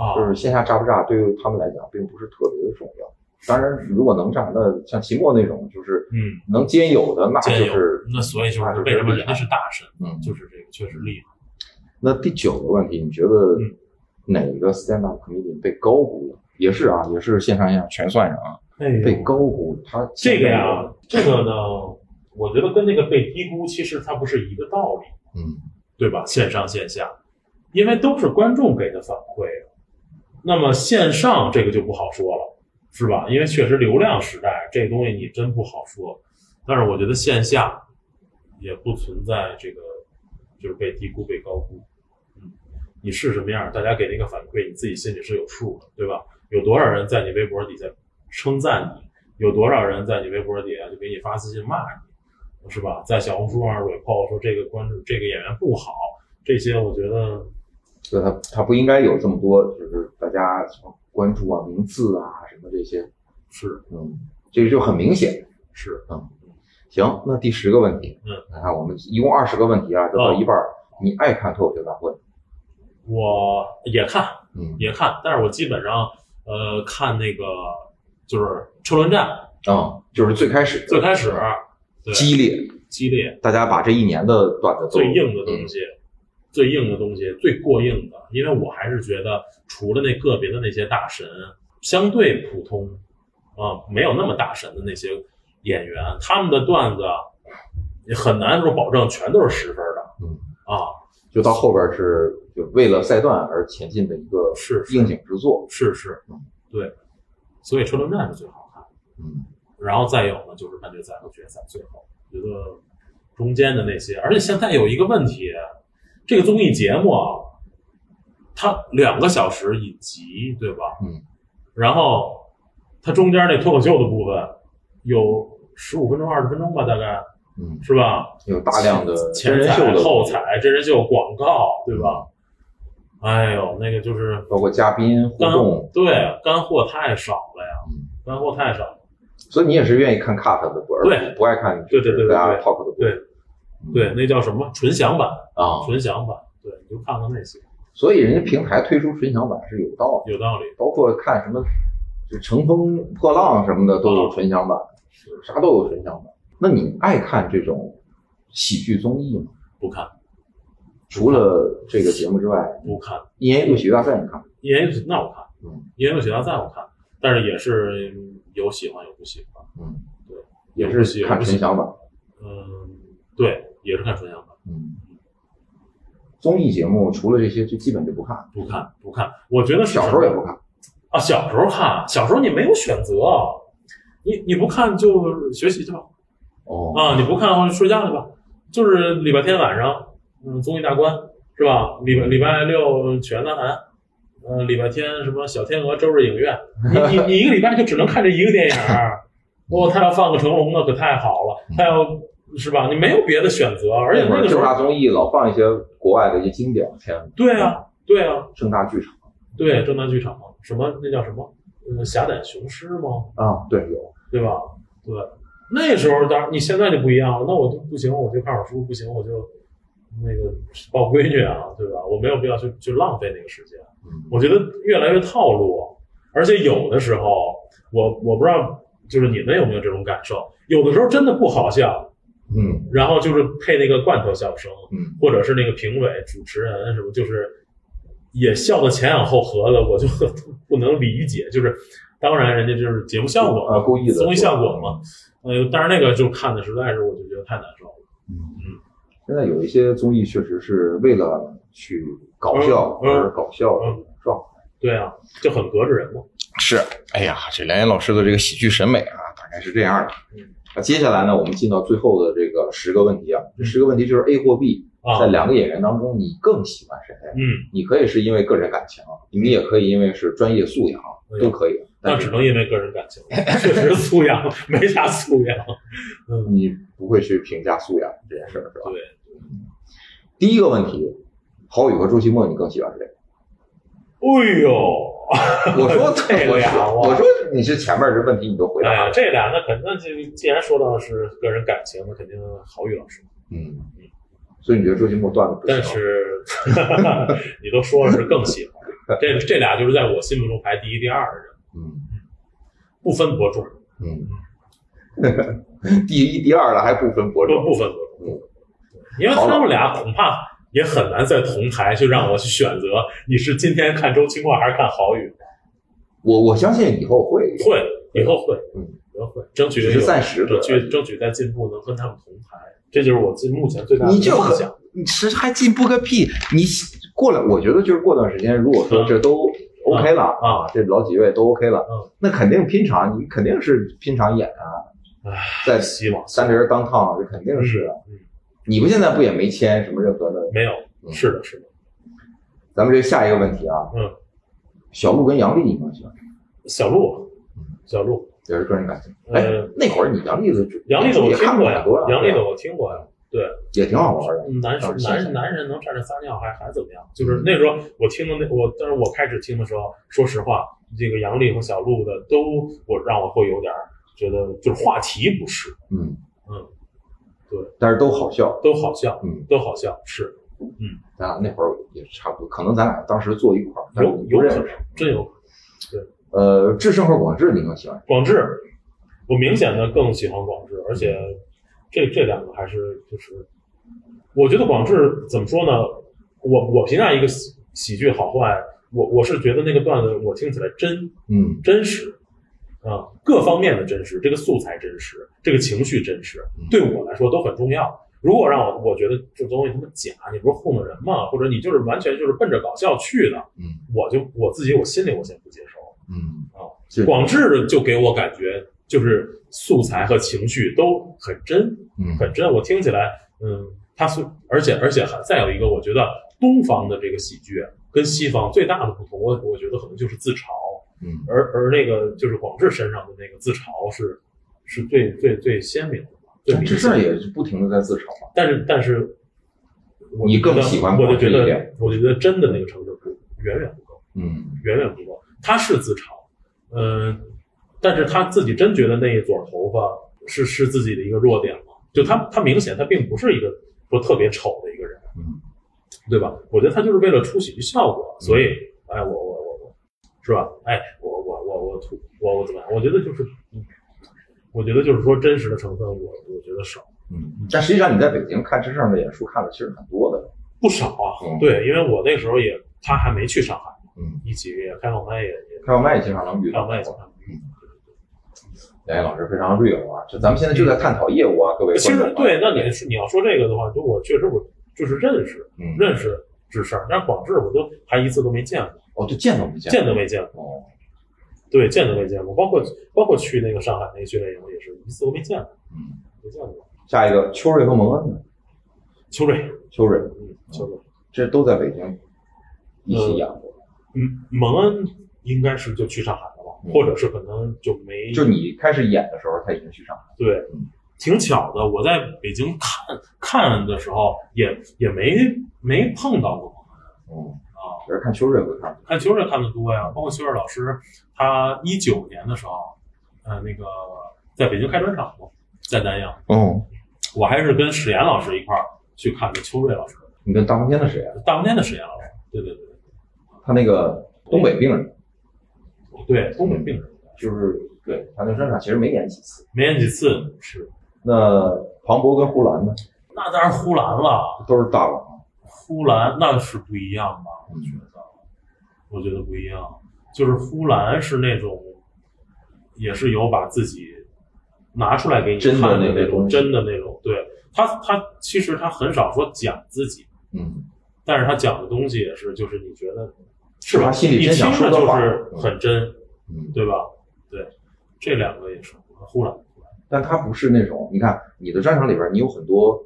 D: 啊，
C: 就是线下炸不炸对于他们来讲并不是特别的重要。当然，如果能炸，那像秦末那种就是
D: 嗯，
C: 能兼有的，那
D: 兼
C: 就
D: 有
C: 是，
D: 那所以就
C: 那就是是
D: 为什么
C: 厉
D: 人
C: 害
D: 家是大神，
C: 嗯。
D: 就是这个确实厉害。
C: 那第九个问题，你觉得
D: 嗯
C: 哪个 stand up comedian 被高估了？也是啊，也是线上线下全算上啊，
D: 哎呦
C: 被高估。他
D: 这个呀，，这个呢，我觉得跟那个被低估其实它不是一个道理，
C: 嗯
D: 对吧？线上线下，因为都是观众给的反馈啊。那么线上这个就不好说了，是吧？因为确实流量时代这东西你真不好说。但是我觉得线下也不存在这个就是被低估、被高估。嗯，你是什么样，大家给那个反馈，你自己心里是有数的，对吧？有多少人在你微博底下称赞你？有多少人在你微博底下就给你发私信骂你，是吧？在小红书上 report 说这个观众这个演员不好，这些我觉得
C: 所以他他不应该有这么多，就是大家什么关注啊、名次啊什么这些，
D: 是
C: 嗯，这个就很明显。
D: 是
C: 行，那第十个问题，
D: 嗯，哦
C: 你看我们一共二十个问题啊，这到一半儿，你爱看脱口秀大会，
D: 我也看
C: 嗯
D: 也看，但是我基本上呃看那个就是车轮战
C: 啊，就是最开始
D: 最开始啊对
C: 激烈，
D: 激烈
C: 大家把这一年的段子都
D: 最硬的东
C: 嗯
D: 西。最硬的东西，最过硬的，因为我还是觉得，除了那个别的那些大神，相对普通，啊、没有那么大神的那些演员，他们的段子啊也很难说保证全都是十分的。
C: 嗯
D: 啊，
C: 就到后边是就为了赛段而前进的一个
D: 是是
C: 应景之作，
D: 是是，对，所以车轮战是最好看的。
C: 嗯，
D: 然后再有呢，就是半决赛和决赛最后，觉得中间的那些，而且现在有一个问题，这个综艺节目啊，它两个小时一集，对吧？
C: 嗯。
D: 然后它中间那脱口秀的部分有十五分钟、二十分钟吧，大概
C: 嗯，
D: 是吧？
C: 有大量的真
D: 前
C: 人秀
D: 彩、
C: 的嗯
D: 后，彩、真人秀、广告，对吧？哎呦，那个就是
C: 包括嘉宾互
D: 干
C: 动，
D: 对干货太少了呀
C: 嗯。
D: 干货太少了。
C: 所以你也是愿意看 cut 的，不而
D: 对
C: 不爱看
D: 对对对对对
C: 大家 talk 的部分嗯
D: 对对，那叫什么纯享版，
C: 啊。
D: 纯享版，对，你就看看那些，
C: 所以人家平台推出纯享版是有道理，
D: 有道理。
C: 包括看什么就乘风破浪什么的
D: 嗯
C: 都有纯享版，啥都有纯享版。那你爱看这种喜剧综艺吗？
D: 不看
C: 除了这个节目之外，
D: 不看，
C: 一年一度喜剧大赛你看吗？
D: 一言有那我看，
C: 嗯
D: 一言有喜大赛我看，但是也是嗯有喜欢有不喜欢，
C: 嗯，
D: 对，
C: 也是看纯享版。
D: 嗯，对，也是看纯享版，
C: 嗯，综艺节目除了这些就基本就不看，
D: 不看不看，我觉得是
C: 小时候也不看。
D: 啊，小时候看，小时候你没有选择，啊你你不看就学习去吧，
C: 哦
D: 啊，你不看的话就睡觉去吧，就是礼拜天晚上，嗯，综艺大观是吧？礼拜礼拜六曲苑杂谈，呃，礼拜天什么小天鹅周日影院，你你你一个礼拜就只能看这一个电影儿，哦，他要放个成龙的可太好了，他要是吧？你没有别的选择，而且
C: 那会
D: 那
C: 儿
D: 个时
C: 正
D: 候
C: 大，综艺老放一些国外的一些经典片子，
D: 对啊，对啊，
C: 正大剧场
D: 对，正大剧场什么那叫什么？呃，侠胆雄狮吗？
C: 啊，对，有
D: 对吧？对，那时候当然你现在就不一样了，那我就不行，我就看会儿书，不行我就那个抱闺女啊，对吧？我没有必要去去浪费那个时间。
C: 嗯
D: 我觉得越来越套路，而且有的时候，我我不知道，就是你们有没有这种感受？有的时候真的不好笑，
C: 嗯
D: 然后就是配那个罐头笑声，
C: 嗯，
D: 或者是那个评委、主持人什么，就是也笑得前仰后合的，我就 不能理解。就是当然，人家就是节目效果嘛
C: 啊，故意的
D: 综艺效果嘛。呃，但是那个就看的实在是，我就觉得太难受了。
C: 现在有一些综艺确实是为了去搞笑
D: 嗯嗯
C: 而搞笑的状态。
D: 对啊，就很隔着人嘛。
C: 是，哎呀，这梁岩老师的这个喜剧审美啊，大概是这样的。嗯那接下来呢，我们进到最后的这个十个问题啊，这十个问题就是 A 或 B，
D: 啊
C: 在，两个演员当中，你更喜欢谁？
D: 嗯，
C: 你可以是因为个人感情，你也可以因为是专业素养，
D: 嗯
C: 都可以。
D: 那
C: 啊但
D: 只
C: 是
D: 能因为个人感情，确实素养没啥素养。嗯，
C: 你不会去评价素养 这件事儿，是吧？
D: 对。
C: 第一个问题，郝宇和周奇墨，你更喜欢谁？
D: 哎 呦，
C: 我说
D: 这
C: 我
D: 俩
C: 说
D: 哇
C: 我说你是前面这问题你都回
D: 哎
C: 答
D: 呀，
C: 了，
D: 这俩那肯那就既然说到是个人感情，那肯定郝宇老师。
C: 嗯，所以你觉得周奇墨段子不行？
D: 但是你都说了是 更喜欢，这这俩就是在我心目中排第一、第二的人，
C: 嗯
D: 不分伯仲，
C: 嗯， 第一第二了还不分伯
D: 不
C: 仲，
D: 不分伯仲，因为他们俩恐怕也很难在同台去让我去选择，你是今天看周清墨还是看郝宇？
C: 我我相信以后会
D: 会以后会，
C: 嗯，
D: 以后会，争取
C: 只是暂时的
D: 争取争取在进步能跟他们同台，这就是我今目前最大的
C: 你就
D: 梦
C: 很
D: 想。，
C: 你其实还进步个屁！你过了，我觉得就是过段时间，如果
D: 嗯
C: 说这都 OK 了
D: 啊，
C: 这老几位都 OK 了
D: 嗯，
C: 那肯定拼场，你肯定是拼场演啊，
D: 唉，
C: 在
D: 希望
C: 三联当趟，这肯定是啊。
D: 嗯
C: 你不现在不也没签什么任何的？
D: 没有，
C: 嗯
D: 是的，是的，
C: 咱们这下一个问题啊，
D: 嗯，
C: 小鹿跟杨笠你更喜欢谁？
D: 小鹿，
C: 嗯
D: 小鹿，
C: 也是个人感情。
D: 呃
C: 哎，那会儿你杨笠的
D: 杨笠的我
C: 也
D: 听
C: 看
D: 过
C: 很
D: 呀
C: 多了，，
D: 杨
C: 对
D: 笠
C: 啊
D: 的
C: 吧
D: 我听过呀。对，
C: 也挺好玩的。
D: 男
C: 嗯当时
D: 男
C: 想
D: 男人能站着撒尿还还怎么样？就是那时候
C: 嗯
D: 我听的那我，但是我开始听的时候，说实话，这个杨笠和小鹿的都我让我会有点儿觉得就是话题不是
C: 嗯
D: 嗯，对，
C: 但是都好笑。
D: 都好笑，
C: 嗯，
D: 都好笑，是
C: 咱俩那会儿也差不多，可能咱俩当时坐一块儿，但是
D: 有
C: 不
D: 有
C: 认
D: 可
C: 识
D: 能。真有可能。
C: 呃，智胜和广智，你更喜欢谁？
D: 广志，我明显的更喜欢广志，而且这这两个还是就是，我觉得广志怎么说呢？我我评价一个喜喜剧好坏，我我是觉得那个段子我听起来真
C: 嗯
D: 真实啊，各方面的真实，这个素材真实，这个情绪真实
C: 嗯，
D: 对我来说都很重要。如果让我我觉得这东西他妈假，你不是糊弄人吗？或者你就是完全就是奔着搞笑去的，
C: 嗯
D: 我就我自己我心里我先不接受。
C: 嗯
D: 啊，
C: 是
D: 广智就给我感觉就是素材和情绪都很真，
C: 嗯
D: 很真。我听起来，嗯，他是而且而且还再有一个，我觉得东方的这个喜剧跟西方最大的不同，我我觉得可能就是自嘲，
C: 嗯
D: 而而那个就是广智身上的那个自嘲是是最最最鲜明的嘛，最
C: 但
D: 明
C: 智
D: 显
C: 胜
D: 的。
C: 也是不停的在自嘲嘛。
D: 但是但是我
C: 你
D: 就觉
C: 更
D: 得
C: 喜欢
D: 我就
C: 广智
D: 觉
C: 一
D: 得
C: 点
D: 我就觉得真的那个成就不远远不够。
C: 嗯
D: 远远不够。他是自嘲，嗯、但是他自己真觉得那一撮头发是是自己的一个弱点吗？就他他明显他并不是一个说特别丑的一个人，
C: 嗯，
D: 对吧？我觉得他就是为了出喜剧效果，所以哎，我我我我，是吧？哎，我我我我吐我我怎么样？我觉得就是，嗯我觉得就是说真实的成分我，我觉得少
C: 嗯，但实际上你在北京看这上的演出看的其实很多的，
D: 不少啊。
C: 嗯
D: 对，因为我那时候也他还没去上海，
C: 嗯，
D: 一起也开放麦也也
C: 开放麦经常能遇
D: 开
C: 到
D: 放。麦也经常
C: 梁哎毅老师非常 real 啊，就咱们现在就在探讨业务啊，各位
D: 其
C: 观众
D: 实
C: 啊。
D: 对，那你是你要说这个的话，就我确实我就是认识
C: 嗯，
D: 认识这事儿，但是广智我都还一次都没见过，
C: 哦，就见都没见，
D: 见都没见过，
C: 哦，
D: 对，见都没见过，包括包括去那个上海那个训练营也是一次都没见过，
C: 嗯，
D: 没见过。
C: 下一个秋瑞和蒙恩呢？
D: 秋瑞，
C: 秋瑞
D: 嗯，秋瑞，
C: 这都在北京一起演过，
D: 嗯，蒙恩应该是就去上海了吧，
C: 嗯
D: 或者是可能就没
C: 就你开始演的时候，他已经去上海了。
D: 对
C: 嗯，
D: 挺巧的。我在北京看看的时候也也没没碰到过
C: 哦，
D: 啊，
C: 只是看秋瑞会看。
D: 看球也看得多呀，包括秋瑞老师，他一九年的时候，呃，那个在北京开专场嘛，在南阳，
C: 哦，
D: 我还是跟史岩老师一块儿去看的秋瑞老师，
C: 你跟大风天的谁啊？
D: 大风天的史岩老师，对对对
C: 他那个东北病人，
D: 对，东北病人，
C: 嗯就是对他那专场其实没演几次。
D: 没演几次是，
C: 那庞博跟呼兰呢，
D: 那当然呼兰了，
C: 都是大佬。
D: 呼兰那是不一样吧？我觉得，我觉得不一样，就是呼兰是那种，也是有把自己拿出来给你
C: 真的
D: 看
C: 那个
D: 那种
C: 东西
D: 真的那种，对他他其实他很少说讲自己，
C: 嗯，
D: 但是他讲的东西也是，就是你觉得是
C: 他
D: 吧？
C: 心里
D: 一
C: 真想
D: 听
C: 说
D: 着
C: 的
D: 就
C: 话。
D: 是很真，
C: 嗯，
D: 对吧？对，这两个也是呼兰，
C: 但他不是那种，你看你的专场里边，你有很多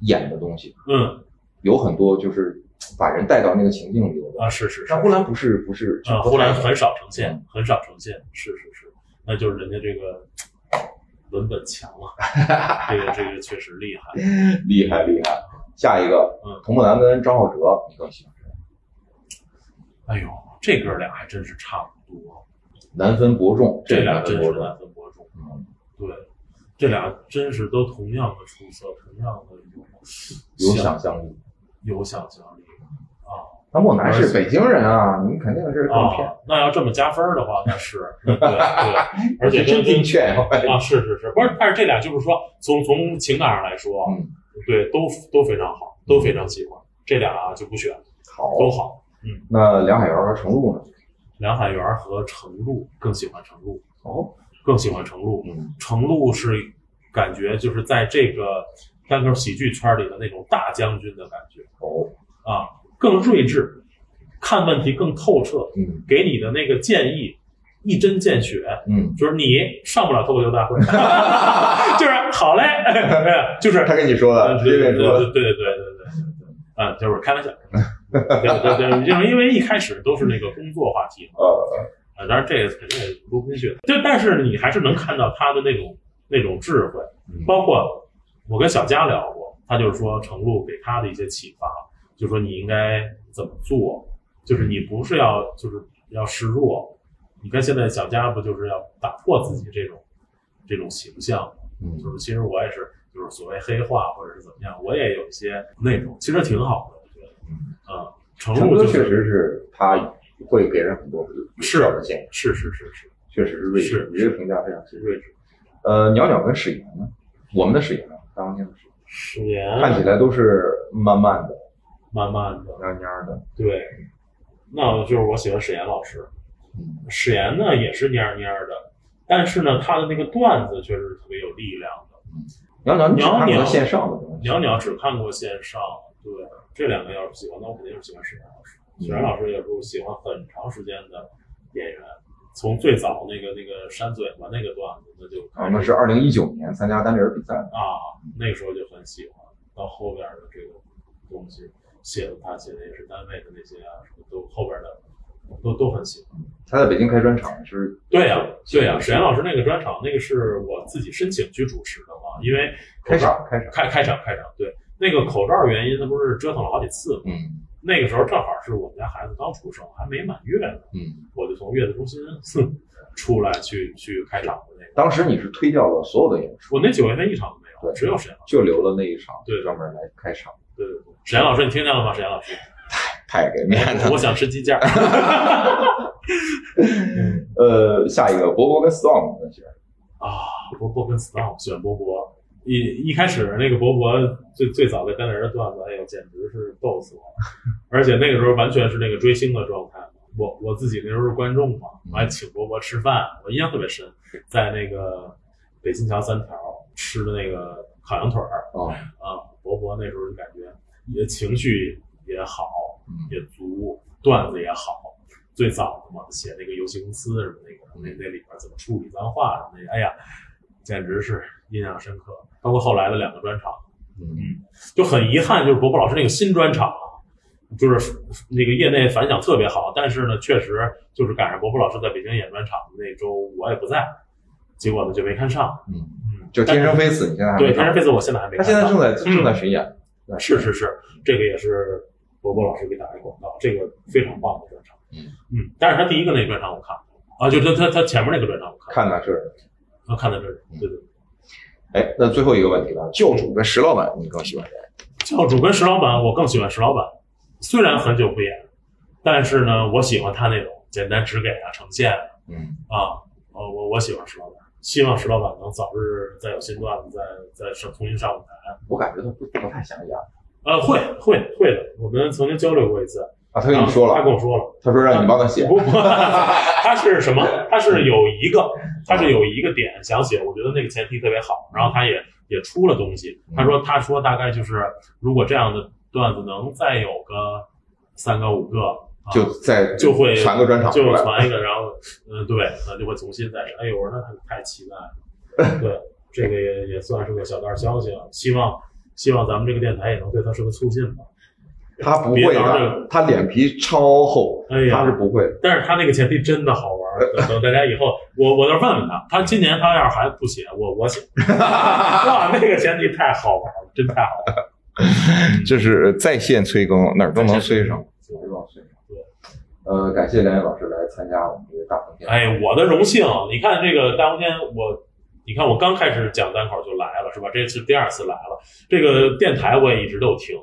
C: 演的东西，
D: 嗯
C: 有很多就是把人带到那个情境里的。
D: 啊，是是是，
C: 但呼兰不是，不是，
D: 啊，湖南很少呈现
C: 嗯，
D: 很少呈现，是是是，那就是人家这个文本强 了，这个这个确实厉害。
C: 厉害厉害。下一个
D: 嗯，
C: 童梦楠跟张浩哲，你更喜欢谁？
D: 哎呦，这哥俩还真是差不多，
C: 难分伯仲，
D: 这俩
C: 难
D: 真
C: 分
D: 是
C: 伯仲。
D: 难分伯仲。
C: 嗯，
D: 对，这俩真是都同样的出色，同样的有
C: 有想象力。
D: 有想象力啊
C: 那莫南是北京人啊，你肯定是更偏，
D: 啊！那要这么加分儿的话，那 是对对，而且
C: 真
D: 跟
C: 的劝啊。
D: 啊，是是是，不是，但是这俩就是说，从从情感上来说，
C: 嗯，
D: 对，都都非常好，都非常喜欢，这俩啊就不选，
C: 好，
D: 都好。
C: 那梁海源和程璐呢？
D: 梁海源和程璐更喜欢程璐，
C: 哦，
D: 更喜欢程璐。
C: 嗯
D: 程璐是感觉就是在这个单口喜剧圈里的那种大将军的感觉
C: 哦，
D: 啊，更睿智，看问题更透彻，
C: 嗯
D: 给你的那个建议一针见血，
C: 嗯，
D: 就是你上不了脱口秀大会， 就是好嘞，就是
C: 他跟你说的，直接
D: 嗯对对
C: 跟你
D: 对
C: 说
D: 对
C: 的。
D: 对对对对，啊，就是开玩 笑，对对对，就是因为一开始都是那个工作话题嘛，
C: 呃，
D: 啊，当然这个肯定也录不进去，对，但是你还是能看到他的那种那种智慧，
C: 嗯
D: 包括我跟小佳聊过，他就是说程璐给他的一些启发，就说你应该怎么做，就是你不是要就是要示弱，你看现在小佳不就是要打破自己这种这种形象吗。
C: 嗯
D: 就是其实我也是，就是所谓黑化或者是怎么样，我也有一些那种，其实挺好的，我觉得，
C: 嗯
D: 嗯，程
C: 程
D: 璐
C: 哥
D: 就
C: 确
D: 是
C: 实是他会给人很多
D: 是
C: 好的建议，
D: 是是是是
C: 确实是睿智
D: 是。
C: 你这个评价非常
D: 是
C: 对。
D: 睿智，
C: 呃，袅袅跟史岩呢？我们的史岩呢，当年的史岩，
D: 十年
C: 看起来都是慢慢的、
D: 慢慢的，
C: 蔫蔫的。
D: 对，那就是我喜欢史岩老师，
C: 嗯
D: 史岩呢也是蔫儿蔫儿的，但是呢他的那个段子确实是特别有力量的。
C: 袅袅，你只看
D: 袅袅
C: 过线上的东西，
D: 袅袅只看过线上，对这两个要是喜欢，那我肯定是喜欢史岩老师。
C: 嗯
D: 史岩老师也是我喜欢很长时间的演员，从最早那个那个扇嘴巴那个段子，那就
C: 啊，
D: 开
C: 那
D: 始
C: 是二零一九年参加单立人比赛的。
D: 啊，那个时候就很喜欢。到后边的这个东西，写的他写的也是单位的那些啊，什么都后边的都都很喜欢。
C: 他在北京开专场是
D: 对呀、对呀、史岩老师那个专场，那个是我自己申请去主持的嘛，因为
C: 开场，开场，
D: 开开场开场，对那个口罩原因，他不是折腾了好几次嘛。
C: 嗯
D: 那个时候正好是我们家孩子刚出生，还没满月呢，
C: 嗯，
D: 我就从月子中心 出来去去开场的那个。
C: 当时你是推掉了所有的演出，
D: 我那九月份一场都没
C: 对
D: 有，只有沈阳。
C: 就留了那一场，
D: 对
C: 专门来开场，
D: 对对对，沈阳老师，你听见了吗？沈阳老师，
C: 太给面子了。
D: 我想吃鸡架。
C: 呃，下一个波波跟 Storm 的选，
D: 啊，波波跟 Storm 选波波，一一开始那个波波最最早在单人的段子，哎呦，简直是逗死我了！而且那个时候完全是那个追星的状态嘛，我我自己那时候是观众嘛，我还请波波吃饭，我印象特别深，在那个北新桥三条吃的那个烤羊腿儿
C: 哦，
D: 啊，波波那时候就感觉也情绪也好，
C: 嗯
D: 也足，段子也好。最早的嘛，写那个游戏公司什么那个，
C: 嗯
D: 那那里边怎么处理脏话什么的，哎呀，简直是印象深刻。包括后来的两个专场，
C: 嗯，
D: 就很遗憾，就是伯伯老师那个新专场啊，就是那个业内反响特别好，但是呢，确实就是赶上伯伯老师在北京演专场的那周，我也不在，结果呢就没看上。
C: 嗯，
D: 嗯，
C: 就天生飞死，你现在还
D: 对
C: 没
D: 天
C: 看
D: 生飞子，我现在还没
C: 嗯他
D: 看
C: 现
D: 上。
C: 在正在正在
D: 嗯
C: 巡演，
D: 是是是，这个也是伯伯老师给打的广告，这个非常棒的专场。
C: 嗯
D: 嗯，但是他第一个那专场我看了啊，就他他他前面那个专场我看了，
C: 看的是。
D: 啊看的这
C: 嗯
D: 是对对。
C: 哎，那最后一个问题了，教主跟石老板，你更喜欢谁？
D: 教主跟石老板，我更喜欢石老板，虽然很久不演，但是呢，我喜欢他那种简单直给啊呈现啊，
C: 嗯，
D: 呃我我喜欢石老板，希望石老板能早日再有新段子，再再上重新上舞台。
C: 我感觉他不不太想演
D: 呃，会会会的，我们曾经交流过一次，
C: 啊。他跟你说
D: 然后他
C: 了，
D: 跟我啊说了。
C: 他说让你帮他写。
D: 不不， 他是什么？他是有一个，他是有一个点想写，我觉得那个前提特别好，然后他也也出了东西。他说他说大概就是，如果这样的段子能再有个三个五个，啊、
C: 就在
D: 就会
C: 传个专场出
D: 就
C: 来，
D: 传一个，然后嗯对，那就会重新再审。哎呦，我说那太期待了，对，这个也也算是个小道消息了，希望希望咱们这个电台也能对他是个促进吧。
C: 他不
D: 别
C: 会
D: 拿这个
C: 的，他脸皮超厚，
D: 哎呀
C: 他是不会 的。
D: 但是他那个前提真的好玩儿，等等大家以后，我我就问问他，他今年他要是还不写，我 我写，哇，那个前提太好玩了，真太好玩了。
C: 这是在线催更，哪儿都能催上，
D: 在线催
C: 哪儿
D: 更
C: 都能催上。
D: 对，
C: 呃，感谢梁毅老师来参加我们这个大风天。
D: 哎，我的荣幸，你看这个大冬天，我你看我刚开始讲单口就来了，是吧？这是第二次来了，这个电台我也一直都有听。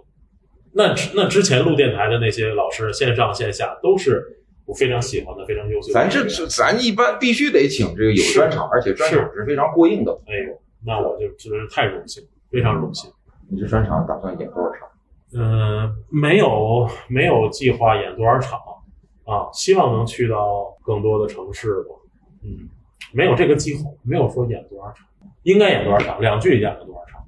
D: 那之那之前录电台的那些老师，线上线下都是我非常喜欢的，非常优秀的
C: 咱
D: 人。
C: 这这咱一般必须得请这个有专场，而且专场是非常过硬的。
D: 哎呦，那我就真是太荣幸，非常荣幸。
C: 你这专场打算演多少场？
D: 嗯，没有没有计划演多少场啊，希望能去到更多的城市吧。嗯，没有这个计划，没有说演多少场，应该演多少场，两剧演了多少场，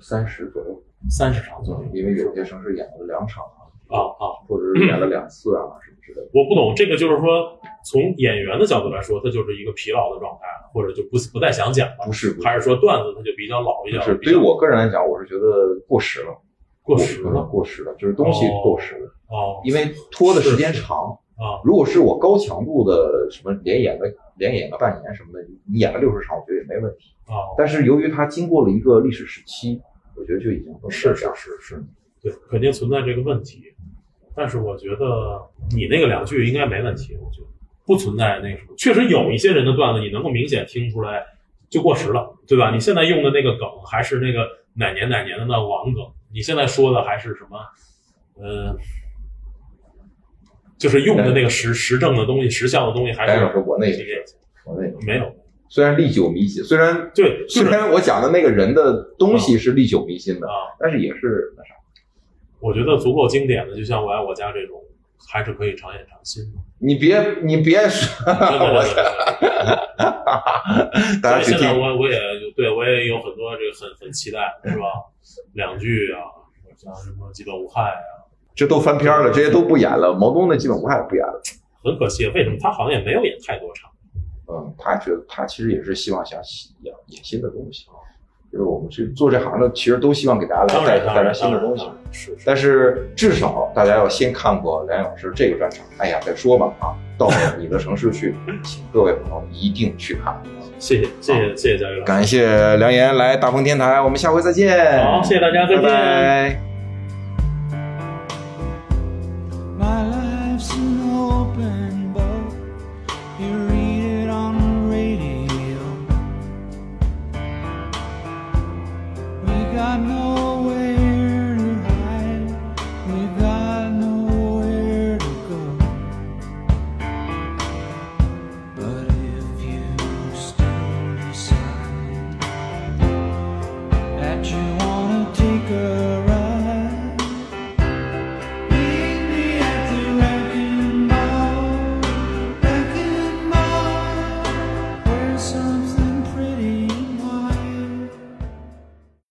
C: 三十左右，
D: 三十场左右。
C: 因为有些城市演了两场啊，
D: 啊啊，
C: 或者是演了两次啊，什么之类的。
D: 我不懂这个，就是说从演员的角度来说，他就是一个疲劳的状态，或者就不不再想讲了，
C: 不是，不
D: 还是说段子他就比较老，比较
C: 是，
D: 比
C: 对于
D: 较
C: 我个人来讲，我是觉得过时了，
D: 过时
C: 我觉得
D: 了
C: 过时了，就是东西
D: 哦
C: 过时了。
D: 哦
C: 因为拖的时间长。
D: 啊
C: 如果是我高强度的什么连演个连演个半年什么的，你演个六十场，我觉得也没问题。
D: 啊，
C: 但是由于它经过了一个历史时期，我觉得就已经不能
D: 是
C: 再
D: 是
C: 讲
D: 是是，对，肯定存在这个问题。但是我觉得你那个两句应该没问题，我觉得不存在那个什么。确实有一些人的段子，你能够明显听出来就过时了，对吧？你现在用的那个梗还是那个哪年哪年的那网梗，你现在说的还是什么？呃，就是用的那个实实证的东西、实效的东西，还
C: 梁毅老师
D: 是
C: 我那个我那个
D: 没有。
C: 虽然历久弥新，虽然
D: 对，就
C: 虽
D: 是
C: 然我讲的那个人的东西是历久弥新的，
D: 啊，
C: 但是也是那啥，
D: 我觉得足够经典的，就像《我爱我家》这种，还是可以常演常新 的。
C: 你别你别说，
D: 我
C: 我大家去
D: 现在
C: 听。
D: 我我也对我也有很多这个很很期待，是吧？两句啊，像什么基本无害啊，
C: 这都翻篇了，这些都不演了。毛东那基本无害不演了，
D: 很可惜，为什么他好像也没有演太多场？
C: 嗯，他觉得他其实也是希望想演演新的东西，啊就是我们去做这行的，其实都希望给大家
D: 当
C: 来
D: 然，
C: 带
D: 当
C: 带来
D: 然，
C: 新
D: 当
C: 的
D: 然
C: 东西。
D: 是是
C: 但是至少大家要先看过梁老师这个专场，哎呀，再说吧啊，到你的城市去，请各位朋友一定去 看。
D: 谢谢谢谢谢谢嘉宇老师。
C: 感谢梁岩来大风天台，我们下回再见。
D: 好谢谢大家再见
C: 拜拜
E: open book. You read it on the radio. We got nowhere to hide. We got nowhere to go. But if you still decide that you